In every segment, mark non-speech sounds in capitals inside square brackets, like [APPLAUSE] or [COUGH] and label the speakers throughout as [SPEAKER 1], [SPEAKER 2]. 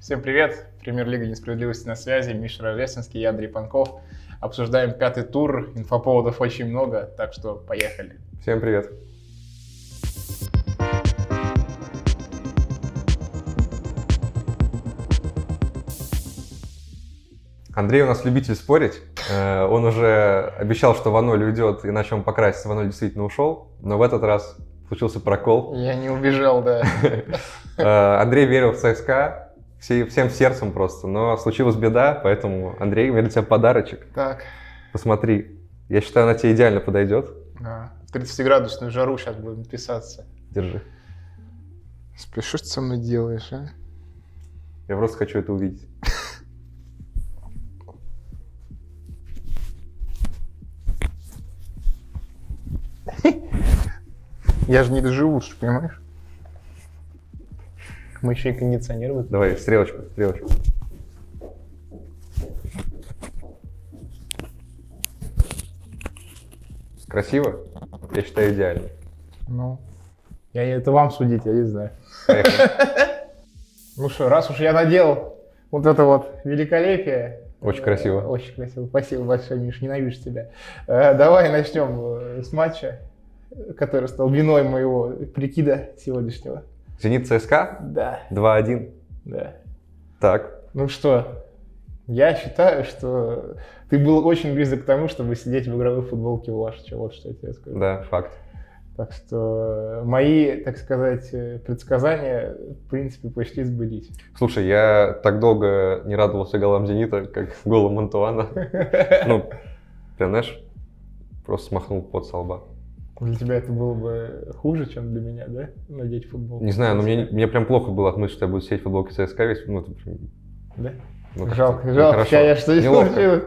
[SPEAKER 1] Всем привет! Премьер-лига несправедливости на связи. Миша Рождественский, я Андрей Панков. Обсуждаем пятый тур. Инфоповодов очень много, так что поехали.
[SPEAKER 2] Всем привет. Андрей у нас любитель спорить. Э, Он уже обещал, что Ваноль уйдет, иначе он покрасится. Ваноль действительно ушел, но в этот раз случился прокол. [LAUGHS]
[SPEAKER 1] Я не убежал, да. [LAUGHS]
[SPEAKER 2] Э, Андрей верил в ЦСКА все- всем сердцем просто, но случилась беда, поэтому, Андрей, у меня для тебя подарочек.
[SPEAKER 1] Так,
[SPEAKER 2] Посмотри, я считаю, она тебе идеально подойдет.
[SPEAKER 1] да. а, в 30-градусную жару сейчас будем писаться.
[SPEAKER 2] Держи.
[SPEAKER 1] Спешишь, что ты со мной делаешь, а?
[SPEAKER 2] Я просто хочу это увидеть.
[SPEAKER 1] Я же не доживу, ты понимаешь? Мы еще и кондиционер вот-
[SPEAKER 2] Давай, стрелочку, стрелочку. Красиво? Я считаю, идеально.
[SPEAKER 1] Ну, я это вам судить, я не знаю.
[SPEAKER 2] Поехали.
[SPEAKER 1] Ну что, раз уж я надел вот это вот великолепие.
[SPEAKER 2] Очень
[SPEAKER 1] э,
[SPEAKER 2] красиво.
[SPEAKER 1] Очень красиво. Спасибо большое, Миш, ненавижу тебя. Э, Давай начнем э, с матча, который стал виной моего прикида сегодняшнего.
[SPEAKER 2] Зенит ЦСКА
[SPEAKER 1] Да,
[SPEAKER 2] 2-1.
[SPEAKER 1] да.
[SPEAKER 2] Так,
[SPEAKER 1] Ну что, я считаю, что ты был очень близок к тому, чтобы сидеть в игровой футболке у Лашича. Вот что я тебе скажу.
[SPEAKER 2] да, факт.
[SPEAKER 1] Так что э, мои, так сказать, э, предсказания, в принципе, почти
[SPEAKER 2] [LAUGHS]
[SPEAKER 1] сбылись.
[SPEAKER 2] Слушай, я так долго не радовался голам Зенита, как голам Антуана. Ну, прям, знаешь, просто смахнул пот со лба.
[SPEAKER 1] Для тебя это было бы хуже, чем для меня, да? Надеть футболку.
[SPEAKER 2] Не знаю, но мне, мне прям плохо было от мысли, что я буду сидеть в футболке ЦСКА весь. Ну, это прям-
[SPEAKER 1] Да?
[SPEAKER 2] ну,
[SPEAKER 1] жалко,
[SPEAKER 2] ну,
[SPEAKER 1] жалко,
[SPEAKER 2] хорошо.
[SPEAKER 1] я, я что не
[SPEAKER 2] Неловко.
[SPEAKER 1] получилось.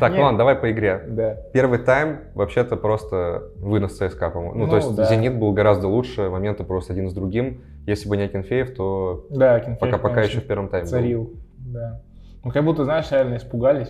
[SPEAKER 2] Так, ну
[SPEAKER 1] Нет.
[SPEAKER 2] ладно, давай по игре.
[SPEAKER 1] Да.
[SPEAKER 2] Первый тайм вообще-то просто вынос ЦСКА, по-моему. Ну,
[SPEAKER 1] Ну,
[SPEAKER 2] то есть
[SPEAKER 1] да.
[SPEAKER 2] «Зенит» был гораздо лучше, моменты просто один с другим. Если бы не Акинфеев, то
[SPEAKER 1] Да, Акинфеев,
[SPEAKER 2] пока-пока
[SPEAKER 1] конечно,
[SPEAKER 2] еще в первом тайме был.
[SPEAKER 1] Царил, да. Ну, как будто, знаешь, реально испугались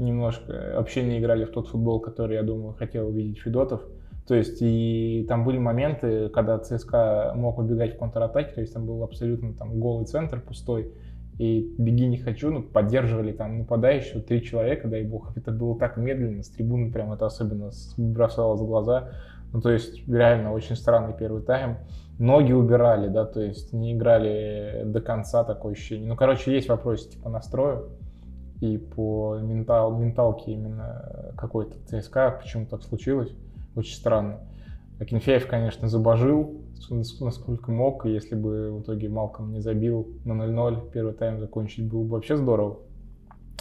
[SPEAKER 1] немножко. Вообще не играли в тот футбол, который, я думаю, хотел увидеть Федотов. То есть, и там были моменты, когда ЦСКА мог убегать в контратаке, то есть там был абсолютно там голый центр, пустой, и беги не хочу, ну, поддерживали там нападающего, три человека, дай бог, это было так медленно, с трибуны прям это особенно с- бросалось в глаза, ну, то есть, реально, очень странный первый тайм, ноги убирали, да, то есть не играли до конца, такое ощущение. Ну, короче, есть вопросики по настрою и по ментал, менталке именно э, какой-то ЦСКА, почему так случилось, очень странно. Акинфеев, конечно, забожил, с- насколько мог, и если бы в итоге Малком не забил на 0-0, первый тайм закончить было бы вообще здорово.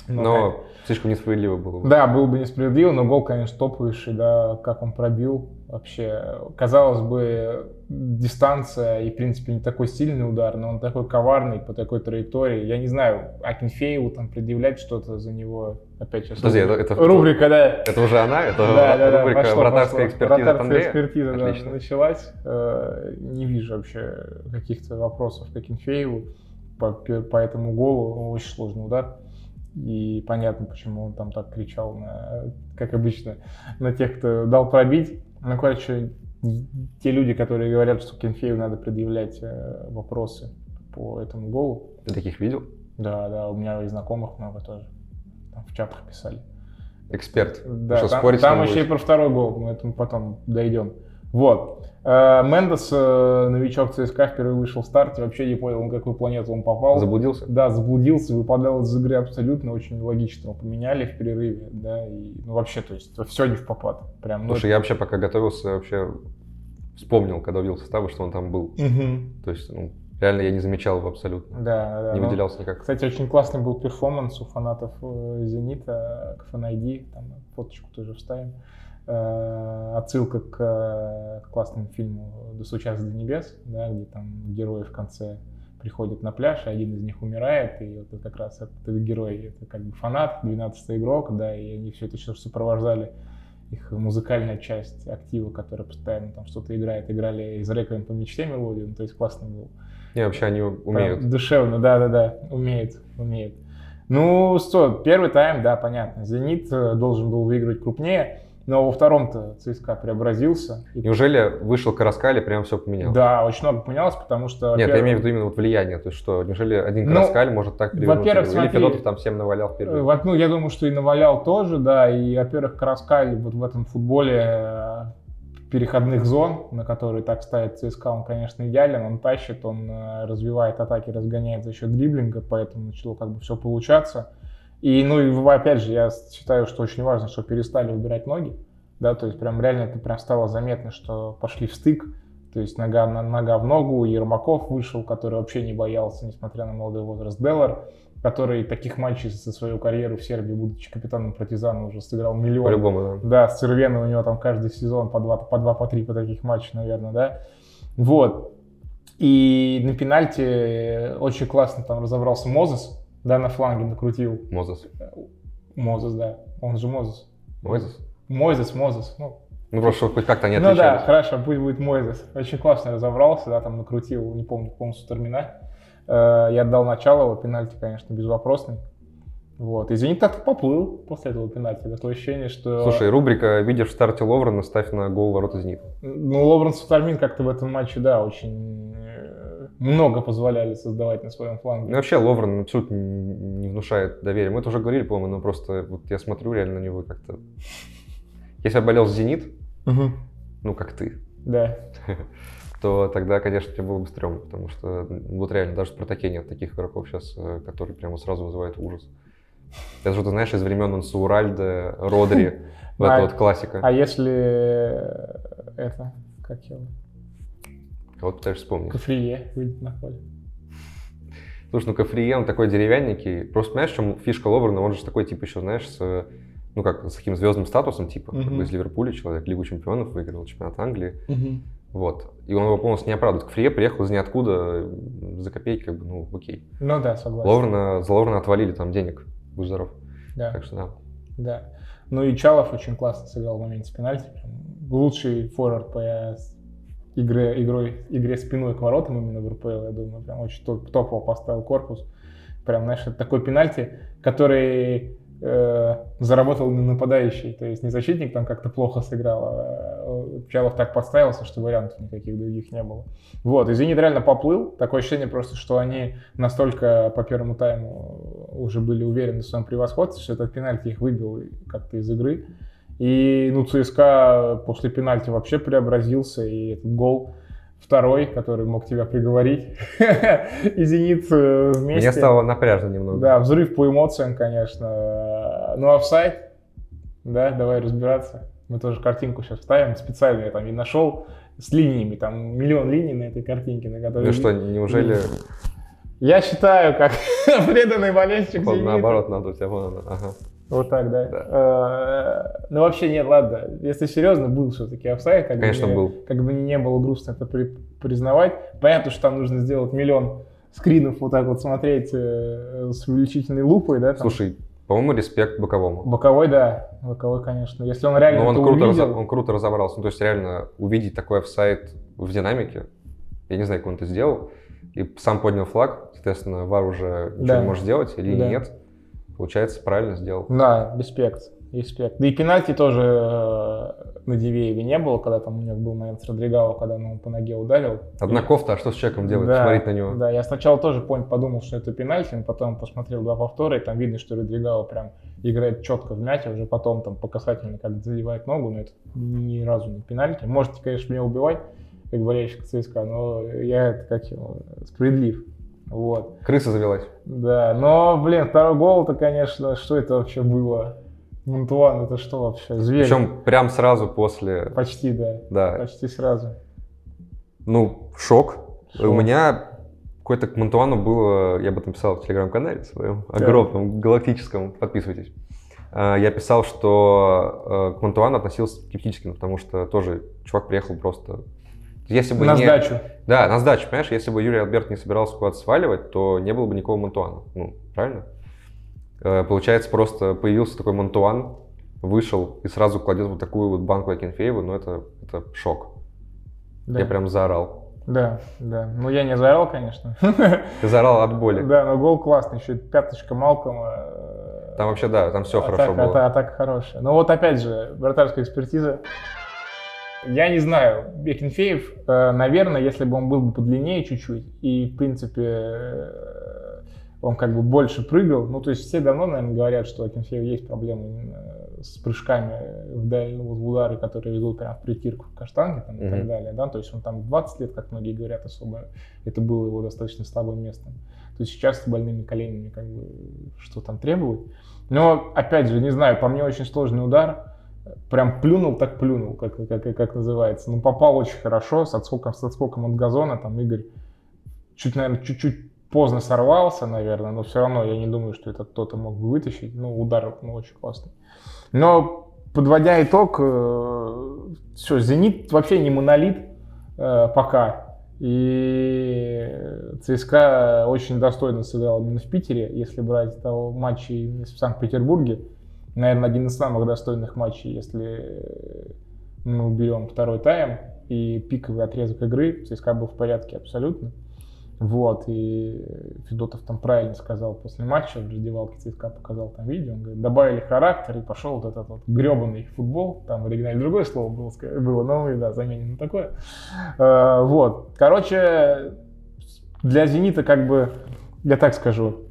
[SPEAKER 2] Но,
[SPEAKER 1] Ну, конечно,
[SPEAKER 2] слишком несправедливо было бы.
[SPEAKER 1] да, был бы несправедливо, но гол, конечно, топовейший, да, как он пробил вообще. Казалось бы, дистанция и, в принципе, не такой сильный удар, но он такой коварный по такой траектории. Я не знаю, Акинфееву там предъявлять что-то за него, опять сейчас.
[SPEAKER 2] Подожди, это- это-
[SPEAKER 1] рубрика, да.
[SPEAKER 2] Это уже она, это
[SPEAKER 1] Да, да, да,
[SPEAKER 2] рубрика
[SPEAKER 1] пошло,
[SPEAKER 2] «Вратарская
[SPEAKER 1] пошло.
[SPEAKER 2] экспертиза» от
[SPEAKER 1] Вратарская
[SPEAKER 2] Андрея.
[SPEAKER 1] экспертиза, да,
[SPEAKER 2] Отлично.
[SPEAKER 1] началась. Э, Не вижу вообще каких-то вопросов к Акинфееву по, пе- по этому голу. Очень сложный удар. И понятно, почему он там так кричал, на, как обычно, на тех, кто дал пробить. Ну, короче, те люди, которые говорят, что Кенфею надо предъявлять э, вопросы по этому голу.
[SPEAKER 2] Ты таких видел?
[SPEAKER 1] Да, да, у меня и знакомых много тоже. Там в чатах писали.
[SPEAKER 2] Эксперт.
[SPEAKER 1] Да,
[SPEAKER 2] Что,
[SPEAKER 1] там,
[SPEAKER 2] спорить
[SPEAKER 1] там
[SPEAKER 2] не
[SPEAKER 1] еще и
[SPEAKER 2] будешь?
[SPEAKER 1] про второй гол, мы этому потом дойдем. Вот. Э, Мендес, э, новичок ЦСКА, впервые вышел в старте, вообще не понял, на какую планету он попал.
[SPEAKER 2] Заблудился?
[SPEAKER 1] Да, заблудился, выпадал из игры абсолютно, очень логично его поменяли в перерыве, да, и ну, вообще, то есть, все не в попад, прям, ну,
[SPEAKER 2] Слушай, я вообще пока готовился, вообще вспомнил, когда увидел составы, что он там был.
[SPEAKER 1] Мгм.
[SPEAKER 2] То есть, ну, реально я не замечал его абсолютно.
[SPEAKER 1] да, да,
[SPEAKER 2] Не
[SPEAKER 1] ну,
[SPEAKER 2] выделялся никак.
[SPEAKER 1] Кстати, очень классный был перформанс у фанатов э, «Зенита», к FNID, там фоточку тоже вставим. Э, Отсылка к э, классному фильму «Достучаться до небес», да, где там герои в конце приходят на пляж, и один из них умирает, и вот это как раз этот герой, это как бы фанат, 12-й игрок, да, и они все это еще сопровождали их музыкальная часть актива, которая постоянно там что-то играет, играли из «Реквием по мечте» мелодию, ну, то есть классно было.
[SPEAKER 2] Не, вообще они умеют.
[SPEAKER 1] Прям душевно, да-да-да, умеют, умеют. Ну что, первый тайм, да, понятно. «Зенит» э, должен был выиграть крупнее, Но во втором-то ЦСКА преобразился. И-
[SPEAKER 2] Неужели вышел Караскали, прям все поменял?
[SPEAKER 1] Да, очень много поменялось, потому что...
[SPEAKER 2] Нет, я
[SPEAKER 1] во-первых,
[SPEAKER 2] имею в виду именно вот влияние. То есть что, неужели один
[SPEAKER 1] Ну,
[SPEAKER 2] Караскаль может так перевернуть?
[SPEAKER 1] во-первых,
[SPEAKER 2] игру? Или
[SPEAKER 1] смотри,
[SPEAKER 2] Федотов там всем навалял
[SPEAKER 1] Э,
[SPEAKER 2] вперед?
[SPEAKER 1] Вот, ну, я думаю, что и навалял тоже, да, и, во-первых, Караскаль вот в этом футболе э, переходных зон, на которые так ставит ЦСКА, он, конечно, идеален, он тащит, он э, развивает атаки, разгоняет за счет дриблинга, поэтому начало как бы все получаться. И, ну, и, в- опять же, я с- считаю, что очень важно, что перестали убирать ноги, да, то есть прям реально это прям стало заметно, что пошли в стык, то есть нога, на- нога в ногу, Ермаков вышел, который вообще не боялся, несмотря на молодой возраст, Деллар, который таких матчей за свою карьеру в Сербии, будучи капитаном партизана, уже сыграл миллион.
[SPEAKER 2] По-любому, да.
[SPEAKER 1] Да, с Цервена у него там каждый сезон по два, по два, по три по таких матча, наверное, да. Вот. И на пенальти очень классно там разобрался Мозес, да, на фланге накрутил.
[SPEAKER 2] Мозес.
[SPEAKER 1] Мозес, да. Он же Мозес.
[SPEAKER 2] Мозес?
[SPEAKER 1] Мозес, Мозес. Ну,
[SPEAKER 2] Ну, просто чтобы хоть как-то они
[SPEAKER 1] ну да,
[SPEAKER 2] отличались.
[SPEAKER 1] хорошо, пусть будет Мозес. Очень классно разобрался, да, там накрутил, не помню, полностью термина. Э, Я отдал начало, его пенальти, конечно, безвопросный. Вот. И Зенит как-то поплыл после этого пенальти. Такое ощущение, что...
[SPEAKER 2] Слушай, рубрика «Видишь в старте Ловрена, ставь на гол ворота Зенита».
[SPEAKER 1] Ну, Лоуренс и Тармин как-то в этом матче, да, очень э, много позволяли создавать на своем
[SPEAKER 2] Ну,
[SPEAKER 1] фланге.
[SPEAKER 2] и вообще Ловрен абсолютно не внушает доверия. Мы это уже говорили, по-моему, но просто вот я смотрю реально на него как-то... Если я болел за «Зенит», ну, как ты,
[SPEAKER 1] Да.
[SPEAKER 2] то тогда, конечно, тебе было бы стрёмно, потому что ну, вот реально даже в «Спартаке» нет таких игроков сейчас, э, которые прямо сразу вызывают ужас. Это же, ты знаешь, из времен Ансауральда, Родри, [LAUGHS] вот
[SPEAKER 1] А-
[SPEAKER 2] эта вот классика.
[SPEAKER 1] А если э, это, как его,
[SPEAKER 2] Кого ты пытаешься вспомнить?
[SPEAKER 1] Кафрие выйдет на поле?
[SPEAKER 2] Слушай, ну Кафрие, он такой деревянненький. Просто знаешь, в чем фишка Ловрена? Он же такой, типа, еще, знаешь, с, э, ну как, с таким звездным статусом, типа, как
[SPEAKER 1] Мгм.
[SPEAKER 2] бы из Ливерпуля человек, Лигу чемпионов выиграл, чемпионат Англии. Вот. И он его полностью не оправдывает. Кафрие приехал из ниоткуда э, за копейки, как бы, ну, окей.
[SPEAKER 1] Ну да, согласен.
[SPEAKER 2] Ловрена, за Ловрена отвалили там денег. Будь здоров.
[SPEAKER 1] Да,
[SPEAKER 2] Так что да.
[SPEAKER 1] да. Ну и Чалов очень классно сыграл в моменте пенальти. Прям Лучший форвард по э, с- игре, игрой, игре спиной к воротам именно в РПЛ, я думаю. Прям очень топ- топово поставил корпус. Прям, знаешь, это такой пенальти, который э, заработал на нападающий. То есть не защитник там как-то плохо сыграл, а э, Чалов так подставился, что вариантов никаких других не было. Вот, и «Зенит» реально поплыл. Такое ощущение просто, что они настолько по первому тайму уже были уверены в своем превосходстве, что этот пенальти их выбил как-то из игры. И, ну, ЦСКА после пенальти вообще преобразился, и этот гол второй, который мог тебя приговорить, [LAUGHS] и «Зенит» э, вместе.
[SPEAKER 2] Мне стало напряжно немного.
[SPEAKER 1] Да, взрыв по эмоциям, конечно. Ну, офсайд, да, давай разбираться. Мы тоже картинку сейчас вставим. Специально я там и нашел с линиями, там миллион линий на этой картинке, на которой...
[SPEAKER 2] Ну что, неужели
[SPEAKER 1] Я считаю, как [LAUGHS] преданный
[SPEAKER 2] [LAUGHS]
[SPEAKER 1] болельщик
[SPEAKER 2] вот
[SPEAKER 1] «Зенита».
[SPEAKER 2] типа наоборот надо у тебя? вон оно, Ага.
[SPEAKER 1] Вот так, да. Э, Ну, вообще, нет, ладно. Если серьезно, был все-таки офсайд. как бы
[SPEAKER 2] Конечно,
[SPEAKER 1] мне-
[SPEAKER 2] был.
[SPEAKER 1] Как бы не было грустно это при- признавать. Понятно, что там нужно сделать миллион скринов, вот так вот смотреть э, с увеличительной лупой, да, там.
[SPEAKER 2] Слушай, по-моему, респект боковому.
[SPEAKER 1] Боковой, да. Боковой, конечно. Если он реально
[SPEAKER 2] Ну, он
[SPEAKER 1] это
[SPEAKER 2] круто, разо-
[SPEAKER 1] увидел,
[SPEAKER 2] он круто разобрался. Ну, то есть реально увидеть такой офсайт в динамике, я не знаю, как он это сделал, и сам поднял флаг, соответственно, вар уже ничего
[SPEAKER 1] Да.
[SPEAKER 2] не может сделать или
[SPEAKER 1] Да.
[SPEAKER 2] нет. Получается, правильно сделал.
[SPEAKER 1] Да, респект. Респект. Да и пенальти тоже э, на Дивееве не было, когда там у него был момент с Родригао, когда он ему по ноге ударил.
[SPEAKER 2] Одна кофта, а что с человеком делать? Смотреть на него.
[SPEAKER 1] Да, я сначала тоже понял, подумал, что это пенальти, но потом посмотрел два повтора, и там видно, что Родригао прям играет четко в мяч, а уже потом там по касательной как задевает ногу, но это ни разу не пенальти. Можете, конечно, меня убивать, как болельщик ЦСКА, но я это как его, справедлив. Вот.
[SPEAKER 2] Крыса завелась.
[SPEAKER 1] Да, но, блин, второй гол то конечно, что это вообще было? Мунтуан, это что вообще? Зверь.
[SPEAKER 2] Причем прям сразу после,
[SPEAKER 1] Почти, да.
[SPEAKER 2] да,
[SPEAKER 1] Почти сразу.
[SPEAKER 2] ну, шок. У
[SPEAKER 1] Шок.
[SPEAKER 2] меня какой-то к Монтуану было, я об этом писал в телеграм-канале своем,
[SPEAKER 1] Да.
[SPEAKER 2] огромном, галактическом, подписывайтесь. Э, Я писал, что э, к Монтуану относился скептически, ну, потому что тоже чувак приехал просто... Если бы
[SPEAKER 1] На
[SPEAKER 2] не...
[SPEAKER 1] сдачу.
[SPEAKER 2] Да, на сдачу, понимаешь? Если бы Юрий Альберт не собирался куда-то сваливать, то не было бы никакого Монтуана. Ну, правильно? Э, Получается, просто появился такой Монтуан, вышел и сразу кладет вот такую вот банку Акинфеева, ну это, это шок.
[SPEAKER 1] Да.
[SPEAKER 2] Я прям заорал.
[SPEAKER 1] да, да. Ну, я не заорал, конечно. [LAUGHS]
[SPEAKER 2] Ты заорал от боли.
[SPEAKER 1] Да, но гол классный. Еще и пяточка Малкома. э,
[SPEAKER 2] Там вообще, да, там все
[SPEAKER 1] атака,
[SPEAKER 2] хорошо было.
[SPEAKER 1] ата- атака хорошая. Но вот опять же, вратарская экспертиза. Я не знаю, Бекинфеев, э, наверное, если бы он был бы подлиннее чуть-чуть, и, в принципе, э, он как бы больше прыгал, ну, то есть все давно, наверное, говорят, что у Акинфеева есть проблемы именно с прыжками в, даль... ну, вот в удары, которые ведут прямо в притирку к каштанге там, и так
[SPEAKER 2] Мгм.
[SPEAKER 1] далее, да, то есть он там в 20 лет, как многие говорят, особо, это было его достаточно слабым местом. То есть сейчас с больными коленями, как бы, что там требует. Но, опять же, не знаю, по мне очень сложный удар. Прям плюнул, так плюнул, как, как, как называется. Ну, попал очень хорошо, с отскоком, с отскоком от газона. Там Игорь чуть, наверное, чуть-чуть поздно сорвался, наверное, но все равно я не думаю, что это кто-то мог бы вытащить. Ну, удар ну, очень классный. Но, подводя итог, все, «Зенит» вообще не монолит э, пока. И ЦСКА очень достойно сыграл именно в Питере, если брать того матча именно в Санкт-Петербурге. Наверное, один из самых достойных матчей, если э, мы уберем второй тайм и пиковый отрезок игры. ЦСКА был в порядке абсолютно. Вот, и Федотов там правильно сказал после матча, в раздевалке ЦСКА показал там видео, он говорит, добавили характер и пошел вот этот вот гребаный футбол, там в оригинале другое слово было, ска- было но да, заменено такое. Э, Вот, короче, для «Зенита» как бы, я так скажу,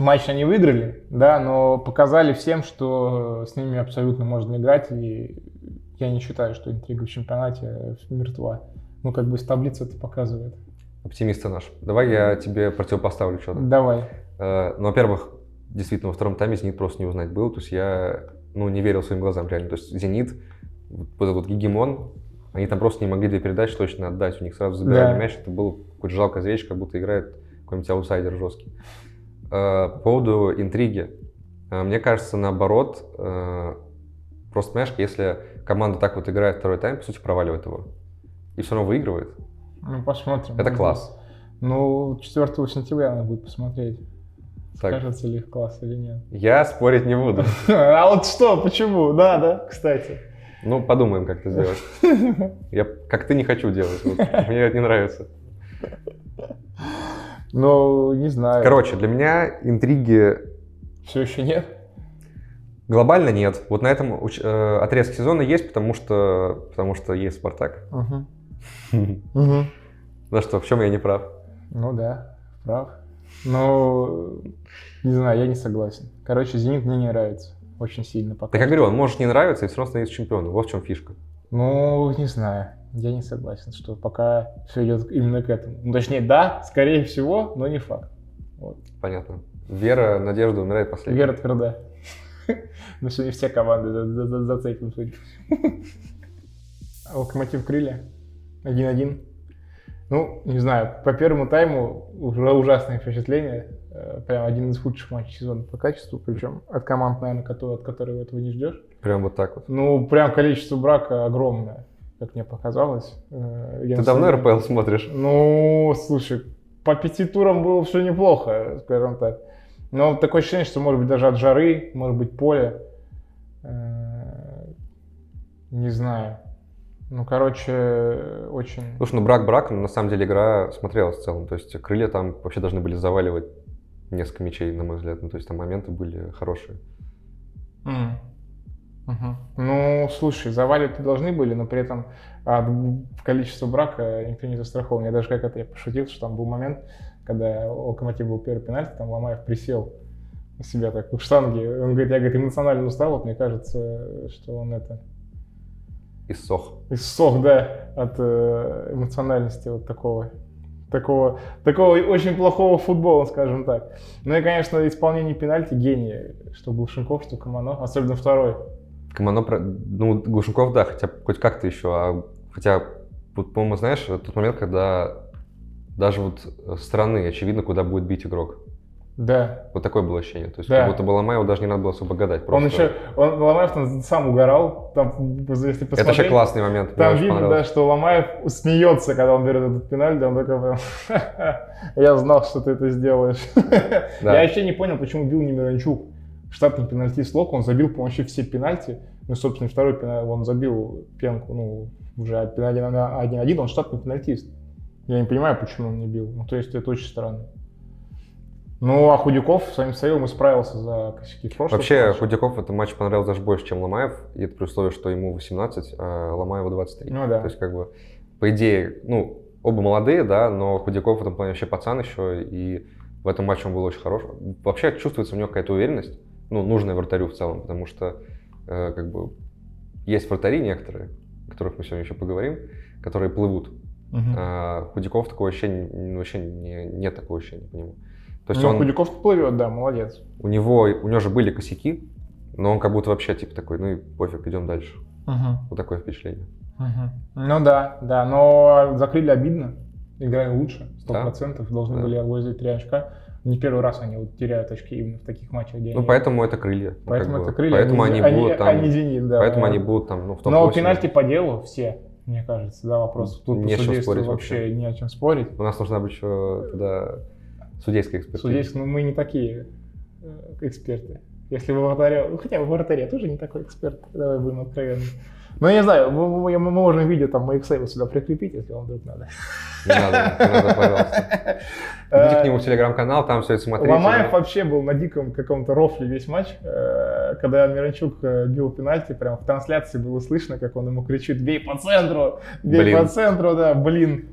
[SPEAKER 1] матч они выиграли, да, но показали всем, что с ними абсолютно можно играть, и я не считаю, что интрига в чемпионате мертва. Ну, как бы с таблицы это показывает.
[SPEAKER 2] Оптимист ты наш. Давай я тебе противопоставлю что-то.
[SPEAKER 1] Давай.
[SPEAKER 2] Э, Ну, во-первых, действительно, во втором тайме «Зенит» просто не узнать был. То есть я ну, не верил своим глазам реально. То есть «Зенит», вот этот вот гегемон, они там просто не могли две передачи точно отдать. У них сразу забирали
[SPEAKER 1] Да.
[SPEAKER 2] мяч. Это было какое-то жалкое зрелище, как будто играет какой-нибудь аутсайдер жесткий. Э, По поводу интриги. Э, Мне кажется, наоборот, э, просто, понимаешь, если команда так вот играет второй тайм, по сути, проваливает его. И все равно выигрывает.
[SPEAKER 1] Ну, посмотрим.
[SPEAKER 2] Это класс.
[SPEAKER 1] Ну, 4 сентября надо будет посмотреть,
[SPEAKER 2] Так,
[SPEAKER 1] кажется ли их класс или нет. [LAUGHS]
[SPEAKER 2] я спорить не буду.
[SPEAKER 1] А вот что, почему? Да, да, кстати. [LAUGHS]
[SPEAKER 2] Ну, подумаем, как это сделать. Я как ты не хочу делать. вот. Мне это не нравится.
[SPEAKER 1] Ну, не знаю.
[SPEAKER 2] Короче, для меня интриги
[SPEAKER 1] Все еще нет?
[SPEAKER 2] глобально нет. Вот на этом уч- э, отрезке сезона есть, потому что, потому что
[SPEAKER 1] [LAUGHS]
[SPEAKER 2] есть Спартак.
[SPEAKER 1] Угу.
[SPEAKER 2] Да
[SPEAKER 1] Угу.
[SPEAKER 2] что, в чем я не прав?
[SPEAKER 1] Ну да, прав. Ну, не знаю, я не согласен. Короче, «Зенит» мне не нравится. Очень сильно пока.
[SPEAKER 2] Так я говорю, он может не нравиться и все равно становится чемпионом. Вот в чем фишка.
[SPEAKER 1] Ну, не знаю. Я не согласен, что пока все идет именно к этому. Ну, точнее, да, скорее всего, но не факт.
[SPEAKER 2] Понятно. Вера, надежда умирает последней.
[SPEAKER 1] Вера тверда. Ну, сегодня все команды за- за- за- зацепим, судя. А Локомотив крылья. 1-1. Ну, не знаю, по первому тайму уже ужасное впечатление. Э, Прям один из худших матчей сезона по качеству, причем от команд, наверное, кото- от которой этого не ждешь.
[SPEAKER 2] Прям вот так вот.
[SPEAKER 1] Ну, прям количество брака огромное, как мне показалось. Э, я
[SPEAKER 2] Ты
[SPEAKER 1] на
[SPEAKER 2] давно
[SPEAKER 1] самом-
[SPEAKER 2] РПЛ смотришь?
[SPEAKER 1] ну, слушай, по пяти турам было все неплохо, скажем так. Но такое ощущение, что, может быть, даже от жары, может быть, поле. Э, Не знаю. Ну, короче, очень...
[SPEAKER 2] Слушай, ну брак брак, но на самом деле игра смотрелась в целом. То есть крылья там вообще должны были заваливать несколько мячей, на мой взгляд. Ну, то есть там моменты были хорошие.
[SPEAKER 1] М. Мгм. Ну, слушай, заваливать должны были, но при этом а, от количества брака никто не застрахован. Я даже как это я пошутил, что там был момент, когда у Локомотив был первый пенальти, там Ломаев присел у себя так у штанги. Он говорит, я говорит, эмоционально устал, вот мне кажется, что он это
[SPEAKER 2] И сох.
[SPEAKER 1] иссох, да, от э, эмоциональности вот такого. Такого, такого очень плохого футбола, скажем так. Ну и, конечно, исполнение пенальти гений, что Глушенков, что Команов, особенно второй.
[SPEAKER 2] Комано, про- ну, Глушенков, да, хотя бы хоть как-то еще, а хотя, вот, по-моему, знаешь, это тот момент, когда даже вот э, со стороны очевидно, куда будет бить игрок.
[SPEAKER 1] Да,
[SPEAKER 2] Вот такое было ощущение. То есть,
[SPEAKER 1] Да.
[SPEAKER 2] как будто бы Ломаеву даже не надо было особо гадать. Просто...
[SPEAKER 1] Он еще, он Ломаев там сам угорал, там, если
[SPEAKER 2] Это
[SPEAKER 1] посмотреть,
[SPEAKER 2] вообще классный момент. мне
[SPEAKER 1] там
[SPEAKER 2] очень
[SPEAKER 1] видно, да,
[SPEAKER 2] понравилось.
[SPEAKER 1] что Ломаев смеется, когда он берет этот пенальти, он такой прям, [LAUGHS] я знал, что ты это сделаешь. [LAUGHS]
[SPEAKER 2] Да.
[SPEAKER 1] Я вообще не понял, почему бил не Миранчук. Штатный пенальтист Лок, он забил, по-моему, вообще все пенальти. Ну, собственно, второй пенальти, он забил пенку, ну, уже от пенальти на 1-1, он штатный пенальтист. Я не понимаю, почему он не бил. Ну, то есть это очень странно. Ну, а Худяков своим сейвом и справился за косяки в прошлом.
[SPEAKER 2] Вообще, Худяков этот матч понравился даже больше, чем Ломаев. И это при условии, что ему 18, а Ломаеву 23.
[SPEAKER 1] Ну да.
[SPEAKER 2] То есть, как бы, по идее, ну, оба молодые, да, но Худяков в этом плане вообще пацан еще, и в этом матче он был очень хорош. Вообще чувствуется у него какая-то уверенность, ну, нужная вратарю в целом, потому что, э, как бы, есть вратари некоторые, о которых мы сегодня еще поговорим, которые плывут.
[SPEAKER 1] Мгм.
[SPEAKER 2] А Худяков такого ощущения, ну, вообще не, нет такого ощущения по нему. То есть
[SPEAKER 1] Ну,
[SPEAKER 2] он,
[SPEAKER 1] Худяков плывет, да, молодец.
[SPEAKER 2] у него, у него же были косяки, но он как будто вообще типа такой, ну и пофиг, идем дальше. Вот такое впечатление.
[SPEAKER 1] Ну да, да, но закрыли обидно. Играли лучше, 100%. Должны
[SPEAKER 2] Да.
[SPEAKER 1] были отвозить три очка. Не первый раз они вот теряют очки именно в таких матчах, где
[SPEAKER 2] Ну,
[SPEAKER 1] они-
[SPEAKER 2] поэтому это крылья. Ну,
[SPEAKER 1] поэтому
[SPEAKER 2] как бы,
[SPEAKER 1] это крылья,
[SPEAKER 2] Поэтому они, будут там.
[SPEAKER 1] они «Зенит», да.
[SPEAKER 2] поэтому
[SPEAKER 1] да.
[SPEAKER 2] они будут там, ну, в
[SPEAKER 1] Но
[SPEAKER 2] топ-8.
[SPEAKER 1] пенальти по делу все, мне кажется, да, вопрос. Тут
[SPEAKER 2] Ну, Не о
[SPEAKER 1] по
[SPEAKER 2] чем
[SPEAKER 1] судейству
[SPEAKER 2] спорить
[SPEAKER 1] вообще,
[SPEAKER 2] вообще.
[SPEAKER 1] не о чем спорить.
[SPEAKER 2] У нас нужна быть еще тогда судейская экспертиза.
[SPEAKER 1] Судейство, ну мы не такие э, эксперты. Если вы вратаря, ну, хотя бы вратаря тоже не такой эксперт, давай будем откровенны. Ну, я не знаю, мы, мы- мы можем видео там мы Excel сюда прикрепить, если вам вдруг надо. Э,
[SPEAKER 2] Не надо, не надо,
[SPEAKER 1] [LAUGHS]
[SPEAKER 2] Ну, пожалуйста. Идите к нему в телеграм-канал, там все это смотрите.
[SPEAKER 1] Ломаев вообще был на диком каком-то рофле весь матч. Э, Когда Миранчук э, бил пенальти, прям в трансляции было слышно, как он ему кричит «Бей по центру! Бей
[SPEAKER 2] Блин.
[SPEAKER 1] по центру!» Да, блин.